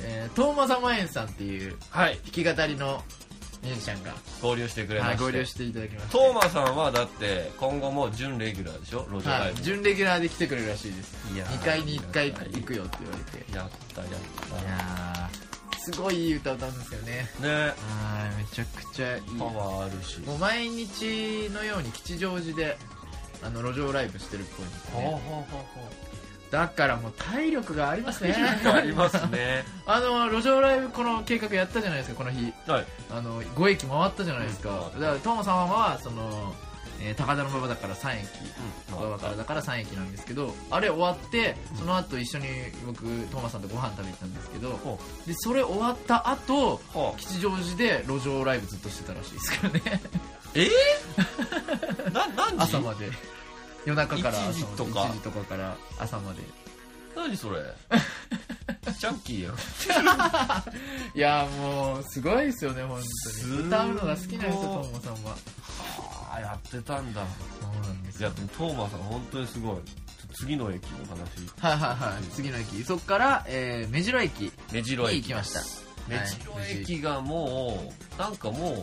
えー、トーマザマエンさんっていう
はい。
弾き語りのミュージシャンが、
合流してくれま
は
し
い、
た。
合流していただきました。
トーマさんはだって、今後も準レギュラーでしょ路上
は
ライ
い、
ブ。
準レギュラーで来てくれるらしいです。
いやー
2階に1回行くよって言われて。い
やった、やっ
やー、すごいいい歌歌うんですよね。
た。ね
はい、めちゃくちゃいい。
パ
も
ワーあるし。
う毎日のように吉祥寺で、あの、路上ライブしてるっぽいんですよ
ほうほ
ね。
うほうほ
だからもう体力がありますね。
う。ありますね。
あの、路上ライブこの計画やったじゃないですか、この日。
はい。
あの5駅回ったじゃないですか、
うん
だからトモ様はその、えー高田の馬場だから3駅、
うん
馬場からだから3駅なんですけどあれ終わってその後一緒に僕トマさんとご飯食べに行ったんですけど
ほ
でそれ終わった後
う。ほう。
吉祥寺で路上ライブずっとしてたらしいですけどね
えー、な何時
朝まで夜中から
1
朝
時
まで
とか
1時とかから朝まで
何それジャンキーやん
いやーもうすごいですよね本
す
当
ごい
に歌うのが好きな人トモさんは
ああやってたんだ
そうなんです
いやでもトーマさん本当にすごいちょっと次の駅の話
はいはいはい次の駅そっから、えー、目白駅
目白
に行
駅
きました
目
はい
白駅がもうなんかもう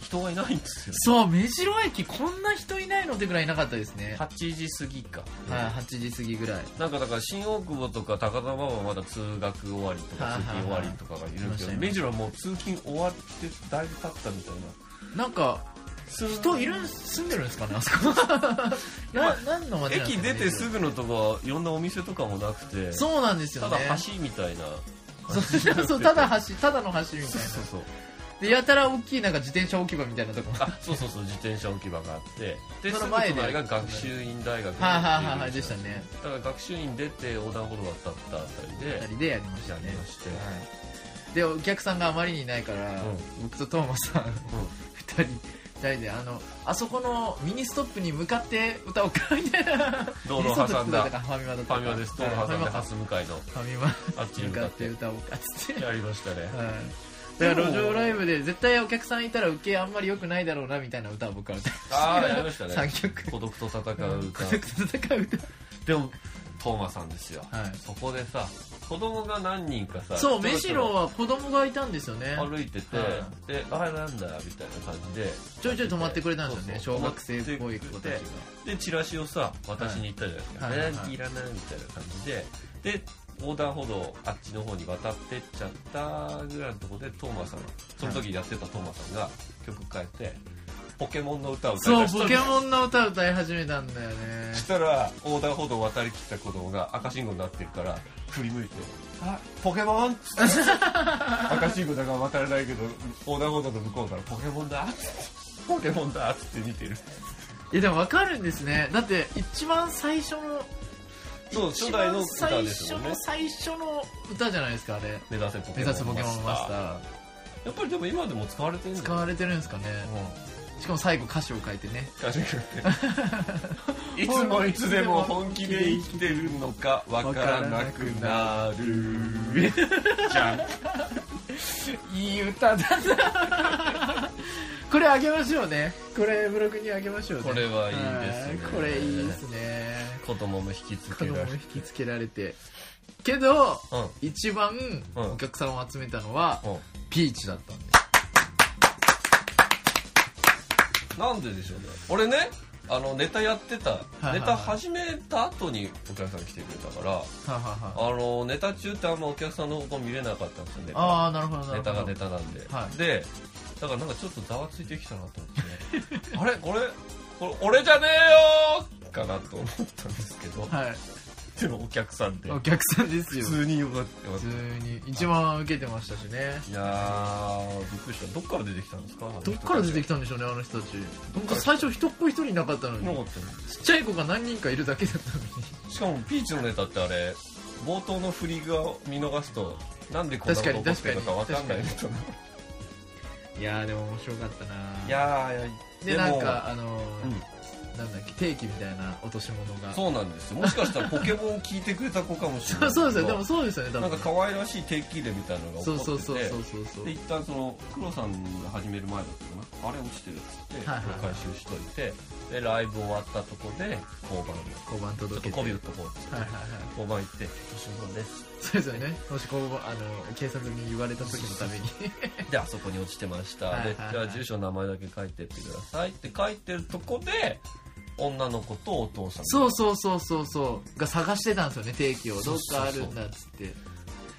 人がいないんですよ
そう目白駅こんな人いないのってぐらいいなかったですね、
8時過ぎか、
はい、8時過ぎぐらい
なんかだから新大久保とか高田馬場はまだ通学終わりと
は
か
い
通
はいはい
勤終わりとかがいるけど
いました
目白はもう通勤終わってだいぶ経ったみたいな
なんか人いるん住んでるんですかねあそ こな何の街なんです
駅
かね
出てすぐのとこはいろんなお店とかもなくて
そうなんですよ
た
ね
だ橋みたいな
そうそうそうただ橋ただの橋みたいな
そうそうそう
でやたら大きいなんか自転車置き場みたいなとこ
あそうそうそう自転車置き場があってで
そ
そ
の
の
前
前
で
でが学習院大学
はいはいはいはいでしたね
だから学習院出て横断歩道渡ったあたりで
あたりでやりました
や
ね
りまして、
はいでお客さんがあまりにいないから、
うん
僕とトーマさん
う
2人2人であのあそこのミニストップに向かって歌おうかみたいな
道路を挟んだ
ファミマだった
フ
か
ァミマです道路
ファ
挟
ミ
んで
マか
蓮向かいの
ファミマ
あっちに
向
向
か
か
っ
ってて
歌おうかっつって、はい、
やりましたね
だから路上ライブで絶対お客さんいたら受けあんまり良くないだろうなみたいな歌を僕は歌
ああやりましたね
三曲
孤独と戦う 歌
う戦う歌
でもトーマさんですよ、
はい
そこでさ子供が何人かさ
そう
ちょ
目
ろちょろ
白は子供がいたんですよね
歩いてて、
は
であれなんだみたいな感じで
ちょいちょい止まってくれたんですよね
そう
小
そう
学生っぽい子たちが
でチラシをさ渡しに行ったじゃないですか、
はいはいはいはい
なんていらないみたいな感じでで横断歩道あっちの方に渡ってっちゃったぐらいのとこでトーマさんその時やってたトーマさんが曲変えてポケモンの歌を歌い
そう
だした
ポケモンの歌歌い始めたんだよね
したら横断歩道を渡りきった子供が赤信号になってるから振り向いて「あポケモン!」っつって赤信号だから渡れないけど横断歩道の向こうから「ポケモンだ!」っつって「ポケモンだ!」っつって見てる
いやでも分かるんですねだって一番最初の
そう初代の
一番
歌ですよね
最初の最初の歌じゃないですかあれ
目指せポ
目
ケモン
指すポケモンマスター
やっぱりでも今でも使われてるんだよ
使われてるんですかね
う
しかも最後歌詞を書いてね
ん確かに いつもいつでも本気で生きてるのかわからなくなる じゃん
いい歌だな これあげましょうねこれブログにあげましょうね
これはいいですね
はこれいいですね
子供も引きつ
子
けら
供
れ
も
て
引きつけられてけど
うん
一番
うん
お客さんを集めたのは
うん
ピーチだったんで
なんででしょうね俺ねあのネタやってた
いはい
ネタ始めた後にお客さん来てくれたから
ははは
あのネタ中ってあんまお客さんのこと見れなかったんですよネタ
ああーなるほどなる
ネ
ほど
タがネタなんで、
はい
でだからなんかちょっとざわついてきたなと思っ てあれこれこれ俺じゃねえよーかなと思ったんですけど
はい
でもお客さんで
お客さんです
普
よ
通によかったよかっ
普通に一番受けてましたしね
たいやーびっくりしたどっから出てきたんですか
どっから出て
き
きたんでしょうねあの人たち
どっから
最初人っ子一人いなかったの
たな
に
かったの
ちっちゃい子が何人かいるだけだったのに
しかもピーチのネタってあれ冒頭の振りが見逃すとなんでこんなこと起こってるのか分かんないネタなの
いやーでも面白かったない
やーいや
で
も
なんかあのーなんだっけ定期みたいな落とし物が
そうなんですよもしかした らポケモン聞いてくれた子かもしれないけど
そうですよでもそうですよね多
なんか
分
可愛らしい定期入れみたいなのが起
そ
こ
う
ってて
そうそうそうそうそう
で一旦その黒さんが始める前だったかなあれ落ちてるっつって、
はいはいはい
回収しといてでライブ終わったとこで交番に
交番
ちょっ
届け
と
て
コビ打っとこうっつって
はいはいはい
交番行って「年のです
そうですよねもし交番あの警察に言われた時のために」
であそこに落ちてました
はいはい
で
はい
じゃあ住所名前だけ書いてってくださいって書いてるとこで女の子とお父さ ん
そう
が
そうそうそうそうが探してたんですよね定期を
そ
どっ
うそう
かあ
そう
るんだっつって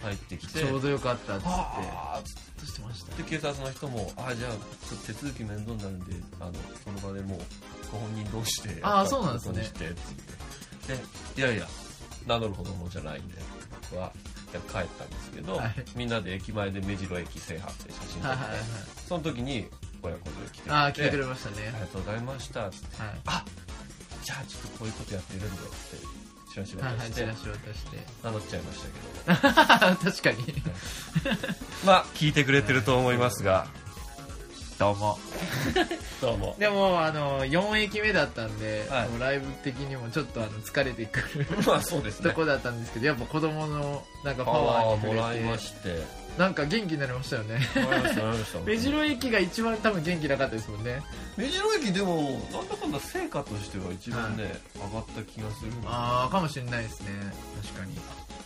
入ってきて
ちょうどよかったっつって
あーっつっ
どうしてました
て警察の人も「あーじゃあちょっと手続き面倒になるんであのその場でもうご本人同士で
あーそうなんですね
ことにして」っつってで「いやいや名乗るほどのじゃないんで僕は」いや帰ったんですけど、
はい
みんなで駅前で目白駅制覇って写真撮って、
はいはいはい
その時に親子で来てくれて
ああ来てくれ
あ
ましたね
りがとうございましたっつって
はい
あじゃあちょっとこういうことやってるんだってチラシ
はい
渡
は
し
い
て
チラシ渡 して
名乗っちゃいましたけど
確かに
まあ聞いてくれてると思いますがどうもどうも
でもあの4駅目だったんで、
はい
もうライブ的にもちょっとあの疲れてくる
まあそうです
と
ね
こだったんですけどやっぱ子供のなんかパワ
あ
ー
あ
に触
もらい
れ
ま
て
して
なんか元気になりましたよね
もらいましたもらいました
目白駅が一番多分元気なかったですもんね
目白駅でもなんだかんだ成果としては一番ね、上がった気がするんで
ああかもしれないですね確かに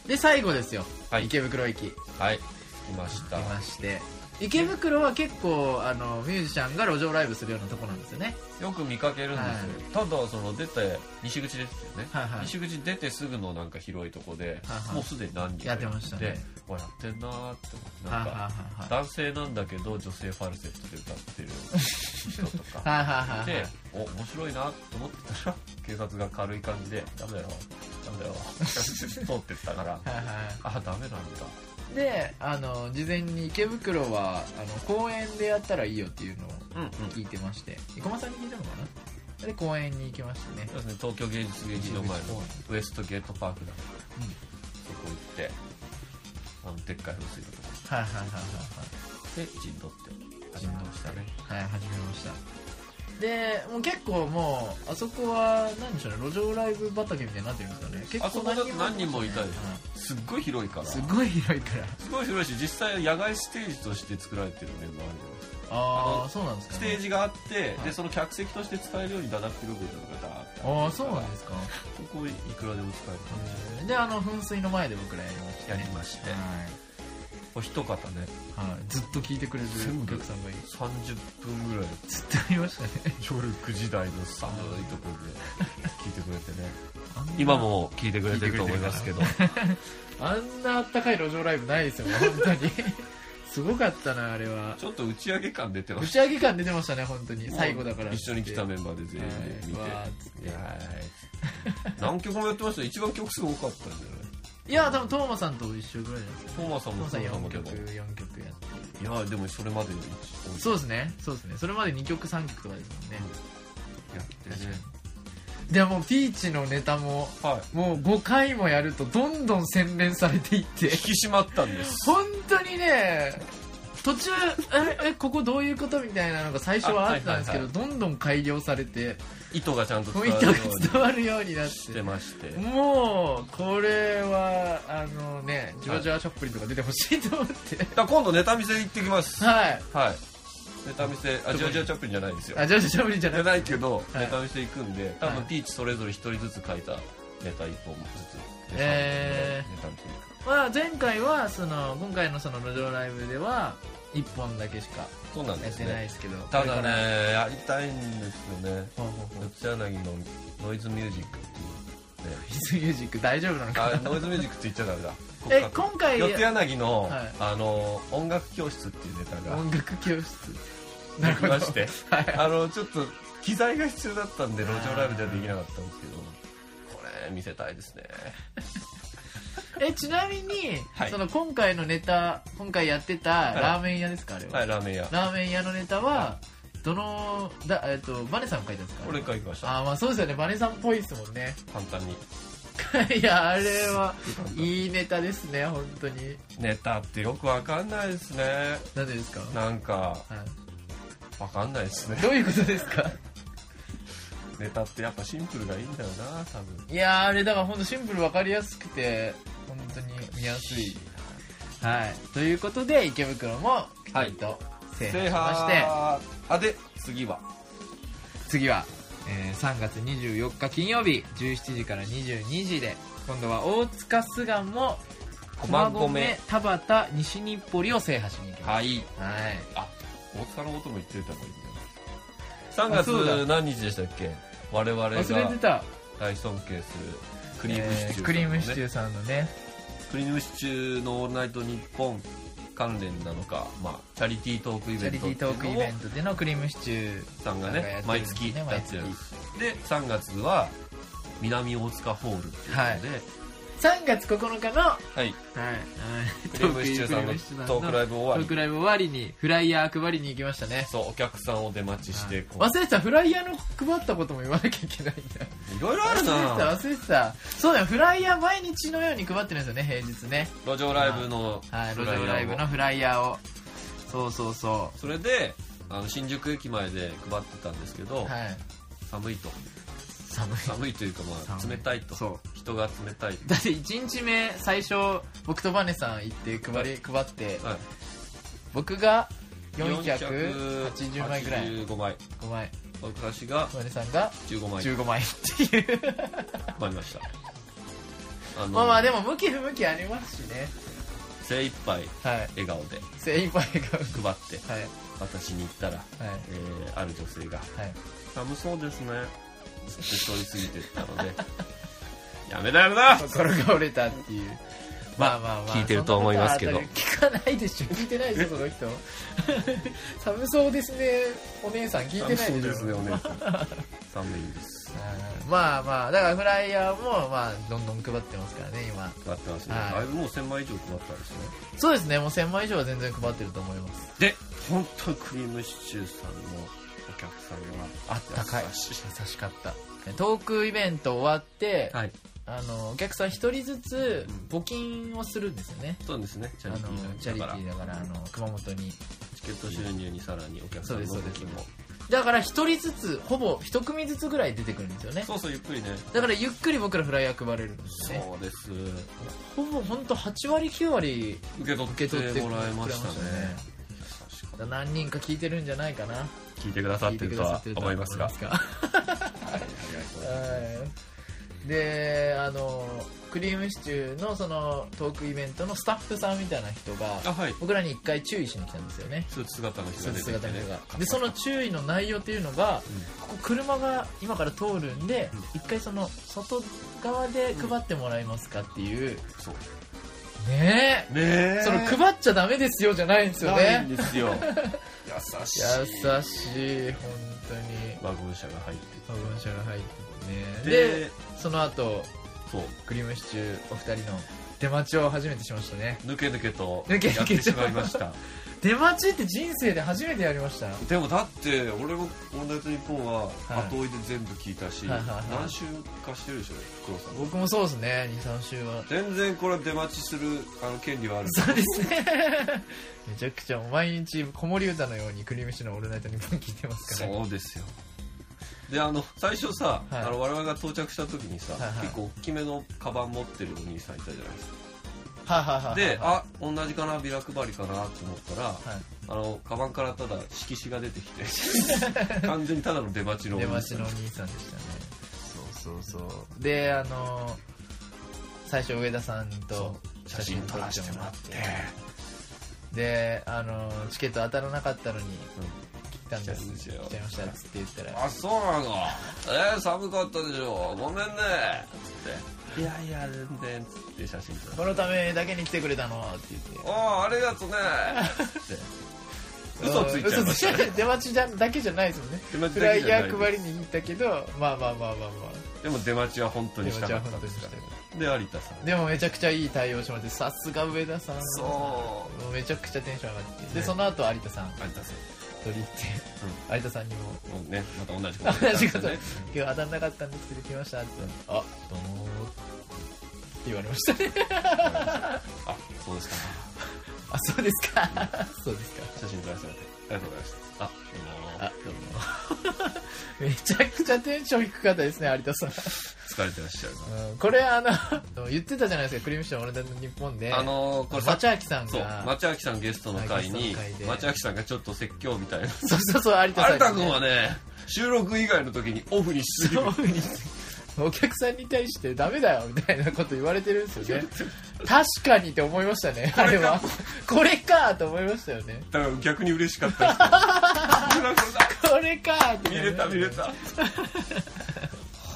で最後ですよ、
はい
池袋駅
はい来ました
いまして池袋は結構あのミュージシャンが路上ライブするようなとこなんですよね
よく見かけるんですよ、ただその出て西口ですよね、
はいはい
西口出てすぐのなんか広いとこで、
はいはい
もうすでに何人
やってましたね
でわやってんなーって思って
は
なん
い
か、
はいはい
男性なんだけど女性ファルセットで歌ってる人と か
はいはいはいはい
でお面白いなと思ってたら警察が軽い感じで「ダメだよダメだ よ」通ってったから
はいはい
「あダメなんだ
であの事前に池袋はあの公園でやったらいいよっていうのを」
うんうん
聞いてまして生駒さんに聞いたのかなで公園に行きましたね
そうですね東京芸術劇場前のウエストゲートパークだから、
うん
そこ行ってあのでっかい噴水のとこ
はいはいは
で陣取って陣取したね
いはいはい始めましたでもう結構もうあそこは何でしょうね路上ライブ畑みたいになってるんですよね結構
あそこだって何人もいたでし
は
ょすっごい広いから
い
す
すごい広いから
ごい広いし実際野外ステージとして作られてる面もあるじゃないですか
あ
あ
あ
の
そうなんですか、
ス
ね、
テージがあって、
はい
でその客席として使えるようにだだっ広げたのがダーって
ああそうなんですか
そこいくらでも使える感
であの噴水の前で僕らやりまし
じ
た
や
ね
りまして、
はい
お一方ね
はい、ずっと聞いてくれるお客さんがいる
30分ぐらい
ずっと見ましたね
夜9時台の寒いところ で聞いてくれてね今も聞いてくれてると思いますけど
あんなあったかい路上ライブないですよね本 当にすごかったなあれは
ちょっと打ち上げ感出てま
打
し
ち上げ感出てましたね本当に
た
最後だから
一緒に来た
ね
メンバーで全員で見て、
はい
い、
わーっつ
やー何曲もやってました一番曲数多かったんじゃない
いや多分トーマさんと一緒ぐらいです
トーマさ
ト
ん
ー
も
マさん
トーマさん
4
もで
曲
も
4曲やって
いやーでもそれまでに一
そうですねそうですねそれまで2曲3曲とかですもんね
やってね
でもピーチのネタも
はい
もう5回もやるとどんどん洗練されていって
引き締まったんです
本当にね途中ええここどういうことみたいなのが最初はあったんですけど、
あは
どんどん改良されて
意図がちゃんと伝
ポ
わ
イン
る
ト
よ
が
う
伝わるようになっ
にして
て
まして
もうこれはあのねジョージア・ショップリンとか出てほしいと思って
だから今度ネタ見せ行ってきます
はい
はいネタ見せあジョージアチャップリンじゃないですよ
あジョージア・ショップリンじゃ
じゃ
なく
ないけど、
はい
ネタ見せ行くんで多
は
分
い
ピーチそれぞれ一人ずつ書いたネタ一本ずつ
え
ネタ見せ行く
まあ、前回はその今回のその路上ライブでは一本だけしか
そうなん
や
で
っ
す
てない
ね
ですけど
ただ
これから
ねやりたいんですよね
ほうほうほう
四柳のノイズミュージックっていうね
フィズミュージック大丈夫なのか
あノイズミュージックって言っちゃダメだ
え今回
四柳の、
はい
あの音楽教室っていうネタが
音楽教室
できまして
はい
あのちょっと機材が必要だったんで路上ライブじゃできなかったんですけどこれ見せたいですね
えちなみに、
はい
その今回のネタ今回やってたラーメン屋ですか、あれは、
はいラーメン屋
ラーメン屋のネタはどのだ、えっとバネさんが書いたんですか
俺から行きました
あーまあそうですよねバネさんっぽいですもんね
簡単に
いやあれはいいネタですね本当に
ネタってよくわかんないですね
なんでですか、は
なんか
い、
わかんないですね
どういうことですか
ネタってやっぱシンプルがいいんだよな多分
いやーあれだから本当シンプル分かりやすくて本当に見やすいはいということで池袋もきちんと制覇しまして、
あで次は
次は、えー3月24日金曜日17時から22時で今度は大塚巣鴨も
駒込
田畑西日暮里を制覇しに行きま
はい
すはい
あ大塚のことも言ってた方がいいんだよな
あそうだ
3月何日でしたっけ我々が
忘れてた
大尊敬するクリームシチューさんのね、
えークリームシチューさんのね
クリームシチューの「オールナイトニッポン」関連なのか、まあ、チャリティートークイ
チャ
ベ
リ
ン
ティ
ト
ー
っ
トー
て
クイ
いうの
ベ
を
ントでのクリームシチュー
さんが
なんかやってるんです
ね
ね
毎月やってる
毎
で3月は南大塚ホールっていうので、
3月9日の、は
はい
い
クリームシチューさんのトークライブ
ト
終
ー
わ
クライブ終わりにフライヤー配りに行きましたね
りそうお客さんを出待ちしてこう
忘れてたフライヤーの配ったことも言わなきゃいけないんだ
いろいろある
忘れ
な
てた忘れてたそうだよフライヤー毎日のように配ってるんですよね平日ね
路上ライブの
はい
フ
路
ライヤーを
上ライブのフライヤーをそうそうそ
それであの新宿駅前で配ってたんですけど、
うはい
寒いと
寒い
寒いというかまあ
寒
冷たいと
そう
人が冷たい
だって1日目最初僕とバネさん行って配り配って
はい
僕が480枚ぐらい
85枚
5枚
私が
バネさんが
15枚
15枚っていう
配りましたあの
まあまあでも向き不向きありますしね
精一杯
はい
笑顔で
精一杯が
配って
はい
私に言ったら、
はい
えーある女性が
はい
「寒そうですね」ずっと通り過ぎてったの で「やめだよな!
心が折れたっていう
まあ聞いてると思いますけど
そんなことは当たり聞かないでしょ聞いてないでしょその人寒そうですねお姉さん聞」いてな
寒
い
そ
で
う
し
で
ょ
すねお姉さん寒いんです
うんまあまあだからフライヤーもまあどんどん配ってますからね今
配ってますね
はい
だいぶもう1000枚以上配ったんですね
そうですねもう1000枚以上は全然配ってると思います
で本当にクリームシチューさんのお客さんが
あったかい
優しい
優しかったトークイベント終わって、
はい
あのお客さん一人ずつ
うん
募金をするんですよね、
そうですねチ
あ
ャ
の
リティー
チャリテ
だから
ィーだからあの熊本に
チケット収入にさらにお客さんの
そうです
時も
だから一人ずつほぼ一組ずつぐらい出てくるんですよね
そうそうゆっくりね
だからゆっくり僕らフライヤー配れるんですよね
そうです
ほぼほんと8割9割
受け取
受け取っ
っててもらいましたね
くれましたねだから何人か聞いてるんじゃないかな
聞いてくださってるとは思いますが
聞てくださってるとは思いますがはいであのクリームシチューのそのトークイベントのスタッフさんみたいな人
あ
が
はい
僕らに一回注意しに来たんですよね
スーツ姿の人
ス
が
ー
出
ツ
てき
姿
て
の
ね
人がでその注意の内容っていうのが、
う
ここ車が今から通るんで、
う
一回その外側で配ってもらえますかっていう、
んそう
ねえ
ね
その配っちゃダメですよじゃないんですよ
ない
ね
んですよ優しい
優しい本当に
ワゴン車が入って
ワゴン車が入ってて
て
ねでその後
そう
クリームシチューお二人の出待ちを初めてしましたね
ぬけぬけと
ぬけぬけと
やってしまいました
出待ちって人生で初めてやりました
でもだって俺も「オールナイトニッポン」は
はい
後追いで全部聞いたし
はいはいはい
何週かしてるでしょ黒さん
僕もそうですね23週は
全然これ出待ちするあの権利はある
そうですねめちゃくちゃもう毎日子守歌のようにクリームシチューの「オールナイトニッポン」聞いてますから
そうですよであの最初さ、
はい
あの我々が到着した時にさ、
はいはい
結構大きめのカバン持ってるお兄さんいたじゃないですか
はいはいはい
で
は
あ同じかなビラ配りかなと思ったら、あのカバンからただ色紙が出てき て完全にただの出待ち
い
のお
出
兄
待ち
さん
のお兄さんでしたねそうそうそうであの最初上田さんと
写真撮らせてもらって
で、あのチケット当たらなかったのに、来たんで
来たんです
す。
よ
来ちゃいましたっつって言ったら、
あ、そうなのえー、寒かったでしょごめんねつって。いやいや、全然、つって写真撮る。
このためだけに来てくれたのって言って。
おー、ありがとうねつって。 嘘ついちゃい
嘘
ました
ついちゃう出待ちじゃだけじゃないですもんね。
出待ち
フ
だ
ラ
け
イ
じゃ
ヤ
ない
ー配りに行ったけど、まあまあまあまあま
でも出待ちは本当
あ。
に
出
し
待
た
ち
か
は本
っ
当
たで
に
す
し
か
て
ら。で、有田さん。
でもめちゃくちゃいい対応しまして、さすが上田さん。
そ
もうめちゃくちゃテンション上がって。で、
ね
その後有田さん
う。有田さん。
取り行って、有田さんにも、
もうね、また 同じこと
同じこと
ね。
今日当た らなかったんですけど来ましたって言ったらあ、どうもーって言われましたね。
あ、そうですか。
あ、 そうですか。そうですか。
写真撮らせてもらって。ありがとうございました。あ、どうも
あ、どうも。 めちゃくちゃテンション低かったですね、有田さん。
疲れてらっしゃるな
うんこれあの 言ってたじゃないですか「クリームシチューの俺の日本で」
あのー、これさ
町明さん
そう、
が
町明さんゲストの回
ゲス
に
トの回で、
町明さんがちょっと説教みたいな。
そうそうそう有田さ
有
んが
田君はね、収録以外の時にオフにしすぎる。
そういうふう にお客さんに対してダメだよみたいなこと言われてるんですよね確かにって思いましたねあれはこれかと思いましたよね
だから逆に嬉しかった です。ほらほら
これかって
見れた見れた。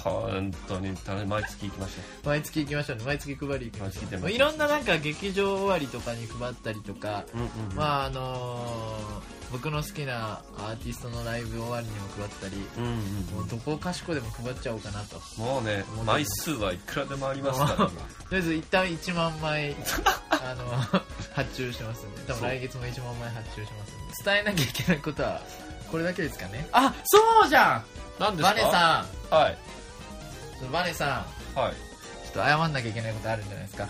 本当に、た毎月行きまし
毎月行きましたね毎月配り行きま
毎月行って
し
ま
た
す
いろんななんか劇場終わりとかに配ったりとか
ょう。うんうんうん。
まああのー僕の好きなアーティストのライブ終わりにも配ったり
うんうん
もうどこかしこでも配っちゃおうかなと
もうね、枚数はいくらでもありますから、今
とりあえず一旦1万 枚あの 発注してますんで多分
そう
来月も1万枚発注しますんで伝えなきゃいけないことはこれだけですかねあそうじゃん
何です
バ
か
ネさ
はい。
んちょっとバネさん
はい。
ちょっと謝んなきゃいけないことあるんじゃないですか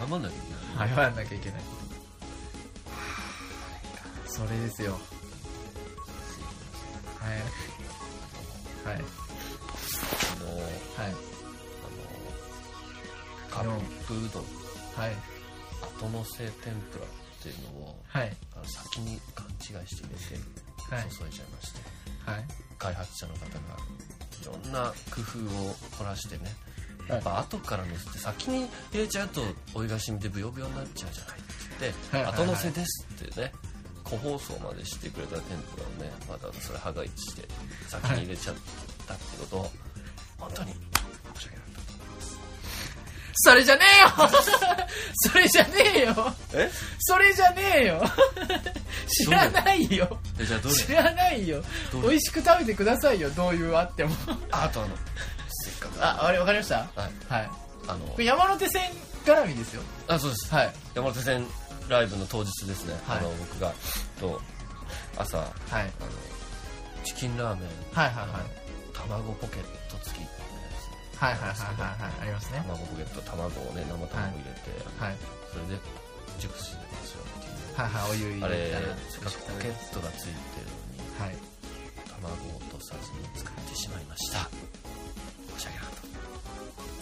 頑張んなきゃいけない。
謝んなきゃいけないそれですよはいはいは
あの、
い
あの、カップうどん、
はい
後のせ天ぷらっていうのを、
はい
あの先に勘違いして入れ
はい
て、注いちゃいまして、
はい
開発者の方が、いろんな工夫を凝らしてね、やっぱ後から乗せて、先に入れちゃうと、追いがしみでブヨブヨになっちゃうじゃないって
は
言
い
っ
はい
て、
はい
後乗せですってね、個包装までしてくれた天ぷらをね、またそれ歯が一致して、先に入れちゃったってことを、本当に申し訳なかった。
それじゃねえよ それじゃねえよ
え
それじゃねえ よ知らないよ
えじゃあどれ
知らないよ
どれ
美味しく食べてくださいよどういうあっても
ああとあのせっかく
ああれわかりました
はい
はい
あ
こ
の
れ山手線絡みですよ
あそうです
はい
山手線ライブの当日ですね、
はい
あの僕がと朝あ
はい
のチキンラーメン
はいはいはい
卵ポケット付きって
は
や
いはいはいはいはいあります
つ
ね
卵ポケット卵をね生卵入れて、
はい
それで熟すんですよっていう
はいはいお湯入
あ
れ
れ
たら
せっかくポケットが付いてるのに
はい
卵を落とさずに作ってしまいました申し訳なかっ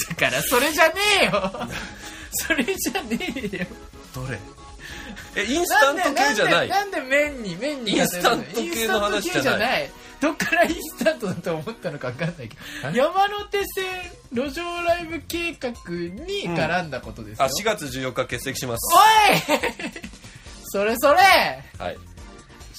た
だからそれじゃねえ よそれじゃねえよ
どれえインスタント系じゃない
んでんで麺に麺に
インスタント系の話じゃな
イ
い
ンスタント系いどっからインスタントだと思ったのか分かんないけど
え
山手線路上ライブ計画に絡んだことです
あ
よ、
4月14日欠席します
おいそれそれ
はい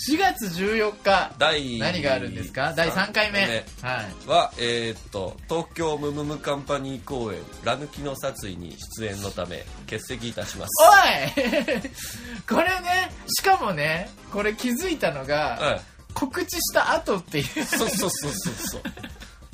4月14日
第
何があるんですか第3回目はい
は、えーっと東京ムムムカンパニー公演「ラヌキの殺意」に出演のため欠席いたします
おい これねしかもねこれ気づいたのが、
はい
告知した後っていう
そうそうそうそうそう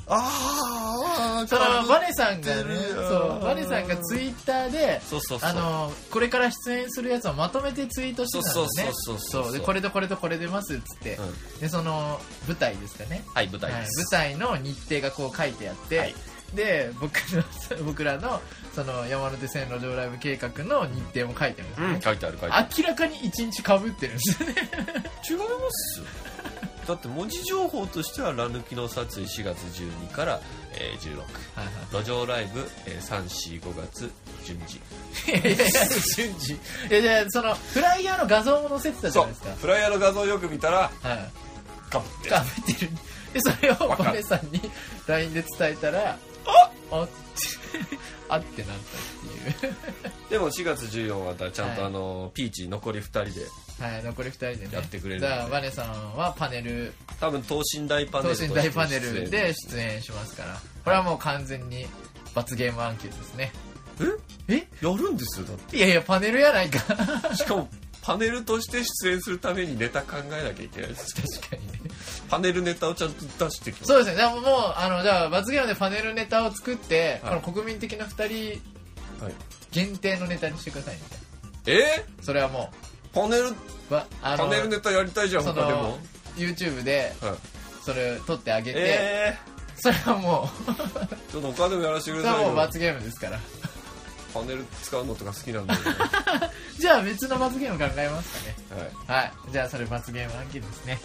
あーあー
そのバネさんがね
知ってるよ
そうバネさんがツイッターで
そうそうそう
あのこれから出演するやつをまとめてツイートしてたんだよね
そうそうそうそうそう
でこれとこれとこれ出ますっつって、
う
でその舞台ですかね、
はい舞
はい、
台
舞
です、
台の日程がこう書いてあって、
はい
で僕の 僕らのその山手線路上ライブ計画の日程も書いてあるんですよ
うん
ね、
書いてある書いてある
明らかに一日かぶってるんですよね
違いますよだって文字情報としては「ラヌキの殺意」4月12から、えー16
はいはい
路上ライブ、えー、345月順次
いやいやいや順次いやいやそのフライヤーの画像も載せてたじゃ
そう
ないですか
フライヤーの画像をよく見たら
はい
かぶってる
かぶってるでそれを
わかる
バネさんに LINE で伝えたらあっあってなったっていう
でも4月14日はちゃんと
はい
あの、ピーチ残り2人で
はい残り2人でね
やってくれる
じゃあバネさんはパネル
多分等身大パネ
等
ルと
身大パネルで出演しますからこれはもう完全に罰ゲーム案件ですね
えやるんですよだっ
いやいやパネルやないか 確か
てしかもパネルとして出演するためにネタ考えなきゃいけないです
にね
パネルネタをちゃんと出してきます
そうですねじゃあもうあのじゃあ罰ゲームでパネルネタを作って、
はい
この国民的な2人
はい
限定のネタにしてくださいみたい
え
なそれはも
パネル
うわあ
パネルネタやりたいじゃん
そ
他
の
でも、
YouTube で
はい、
それ撮ってあげて、
え
それはもう
ー、ちょっと他でもやらせてく
そ
だ
れは
さい
もう
よ
罰ゲームですから
パネル使うのとか好きなんだよね、
じゃあ別の罰ゲーム考えますかね
はい
はい。じゃあ、それ罰ゲーム案件ですね。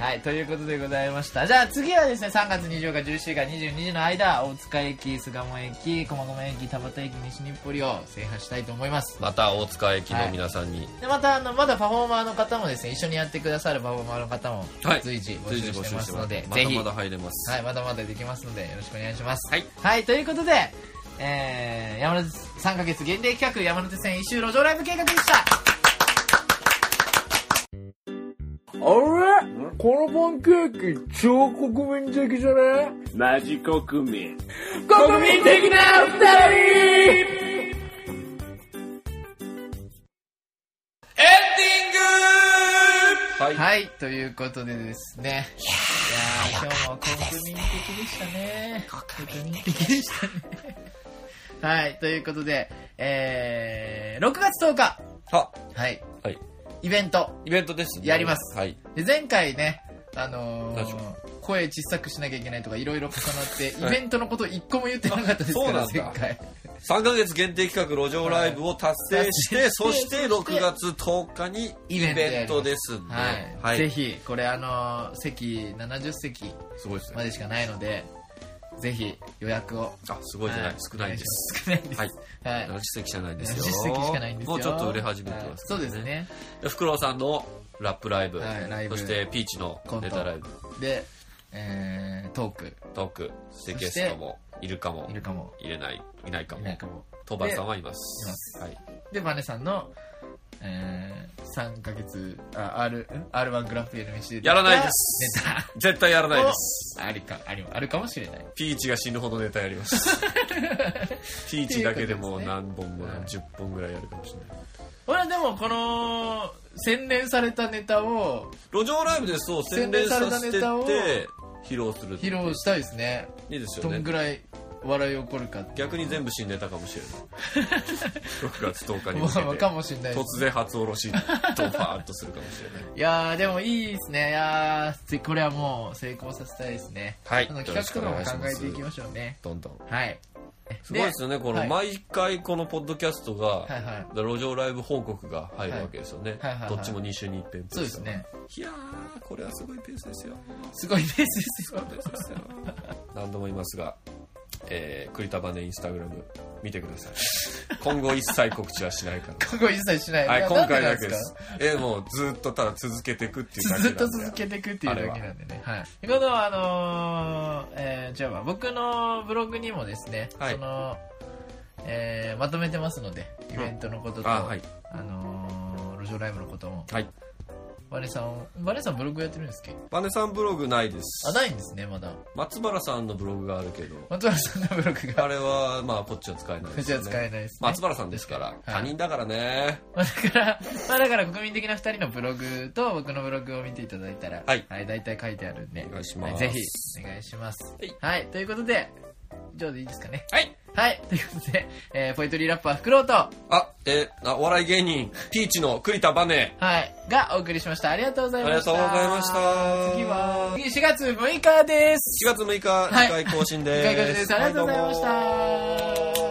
はい。ということでございました。じゃあ、次はですね、3月24日、17日から22時の間、大塚駅、巣鴨駅、駒込駅、田端駅、西日暮里を制覇したいと思います。
また大塚駅の皆さんに、
で、また、あの、まだパフォーマーの方もですね、一緒にやってくださるパフォーマーの方も
はい、
随時募集
随時
してますので、
ま
ぜ
だ
ひ、
まだ入れます、
はい、まだまだできますので、よろしくお願いします。
はい。
ということで、えー、山手、3ヶ月限定企画、山手線一周路上ライブ計画でした。
あれこのパンケーキ超国民的じゃね
マジ国民。
国民的な二人
はい
はい、ということでですね。いやー、今日も国民的でしたね。国民的でしたね。はい、ということで、えー、6月10日、
は
はい、
はい
イベント。
イベントです
やります
はい
で前回ね、あの
確
ー、声小さくしなきゃいけないとかいろいろ重なって、イ
はい
ベントのこと一個も言ってなかったですか
あ
ら、
そうな
前
んだ
回。
3ヶ月限定企画路上ライブを達成して、
はい
そし
そして
て6月10日にイ
イベントやります
ベントですんで
はい、ぜひ、これあのー、席70席
すごいです
ま
ね
でしかないので、ぜひ予約を。
あすごいじゃない、
は
少ないです。
少ないです。
はい
はい。
70席じゃないですよ
実績しかないんですよ
もうちょっと売れ始めてます
そうですね
でフクロウさんのラップライブ,、
はいライブ
そしてピーチのネタライブ
で、えー、トーク
トークそして
そ
ゲ
して
ストもいるかも
いるかも
入れないいないか
い
も
ないかも
当番さんはいます
います
はい、
でマネさんの、えー、3ヶ月あ R r 1グランプリの道で
やらないです
ネタ
絶対やらないです
ありかありあるかもしれない
ピーチが死ぬほどネタやります ピーチだけでも何本も
はい
10本ぐらいやるかもしれない
俺はでもこの洗練されたネタを
路上ライブですと洗練させて
洗練されたネ
っ
タを
て披露する
披露したいですね
いいです
ど
よ
ん
ね
ぐらい笑い起こるかって
逆に全部新ネタかもしれ ない6月10日に
ま
向け
あまあか
て
もしれないです
突然初おろしドファーっとするかもし れない
いやーでもいいですねいやーぜこれはもう成功させたいですね
はい
あの企画とか
よろしくお
も考
願いしま
えて
す
いきましょうね
どんどん
はい
すごいですよねこの
はい
毎回このポッドキャストが
はいはい
路上ライブ報告が入るわけですよね
はいはいはいはい
どっちも2週に1遍
そうですね
いやーこれはすごいペースですよ
すごいペー スですよ。
何度も言いますが、えー、栗束ねインスタグラム見てください。今後一切告知はしないか
過去一切しない。
ら。はい、
な
今回
なん
だけです。えー、もうずっとただ続けていくっていう
な
だ
んでなんんですかず
けなで。
っと続けていくっていうだけなんでね。はい。今度はあのー、えー、じゃあ僕のブログにもですね、
はい
その、えー、まとめてますので、イベントのことと、
あ、はい。
あのー、路上ライブのことも。
はい。
バネさん、バネさんブログやってるんですっけ
バネさんブログないです。
あ、ないんですね、まだ。
松原さんのブログがあるけど、
松原さんのブログ
あ
が。
れは、まあ、こっちは使えない
こ
で
ち
すよ
ら
ね。
使えないですね。
松原さんですから、他人だからね。
まあだから、まあだから国民的な二人のブログと僕のブログを見ていただいたら、
はい
はい、大体書いてあるんで、
お願いします
ぜひ、お願いします。
はい
ということで、以上でいいですかね。
はい。
はい、ということで、えー、ポエトリーラッパーフクロウと、は
あ、えーあお笑い芸人、ピーチの栗田バネ。
い、がお送りしました。ありがとうございました。
ありがとうございました
次は、次4月6日です。
4月6日、
はい
2回更新
お
です。
疲れ様です。ありがとうございました。
はどうも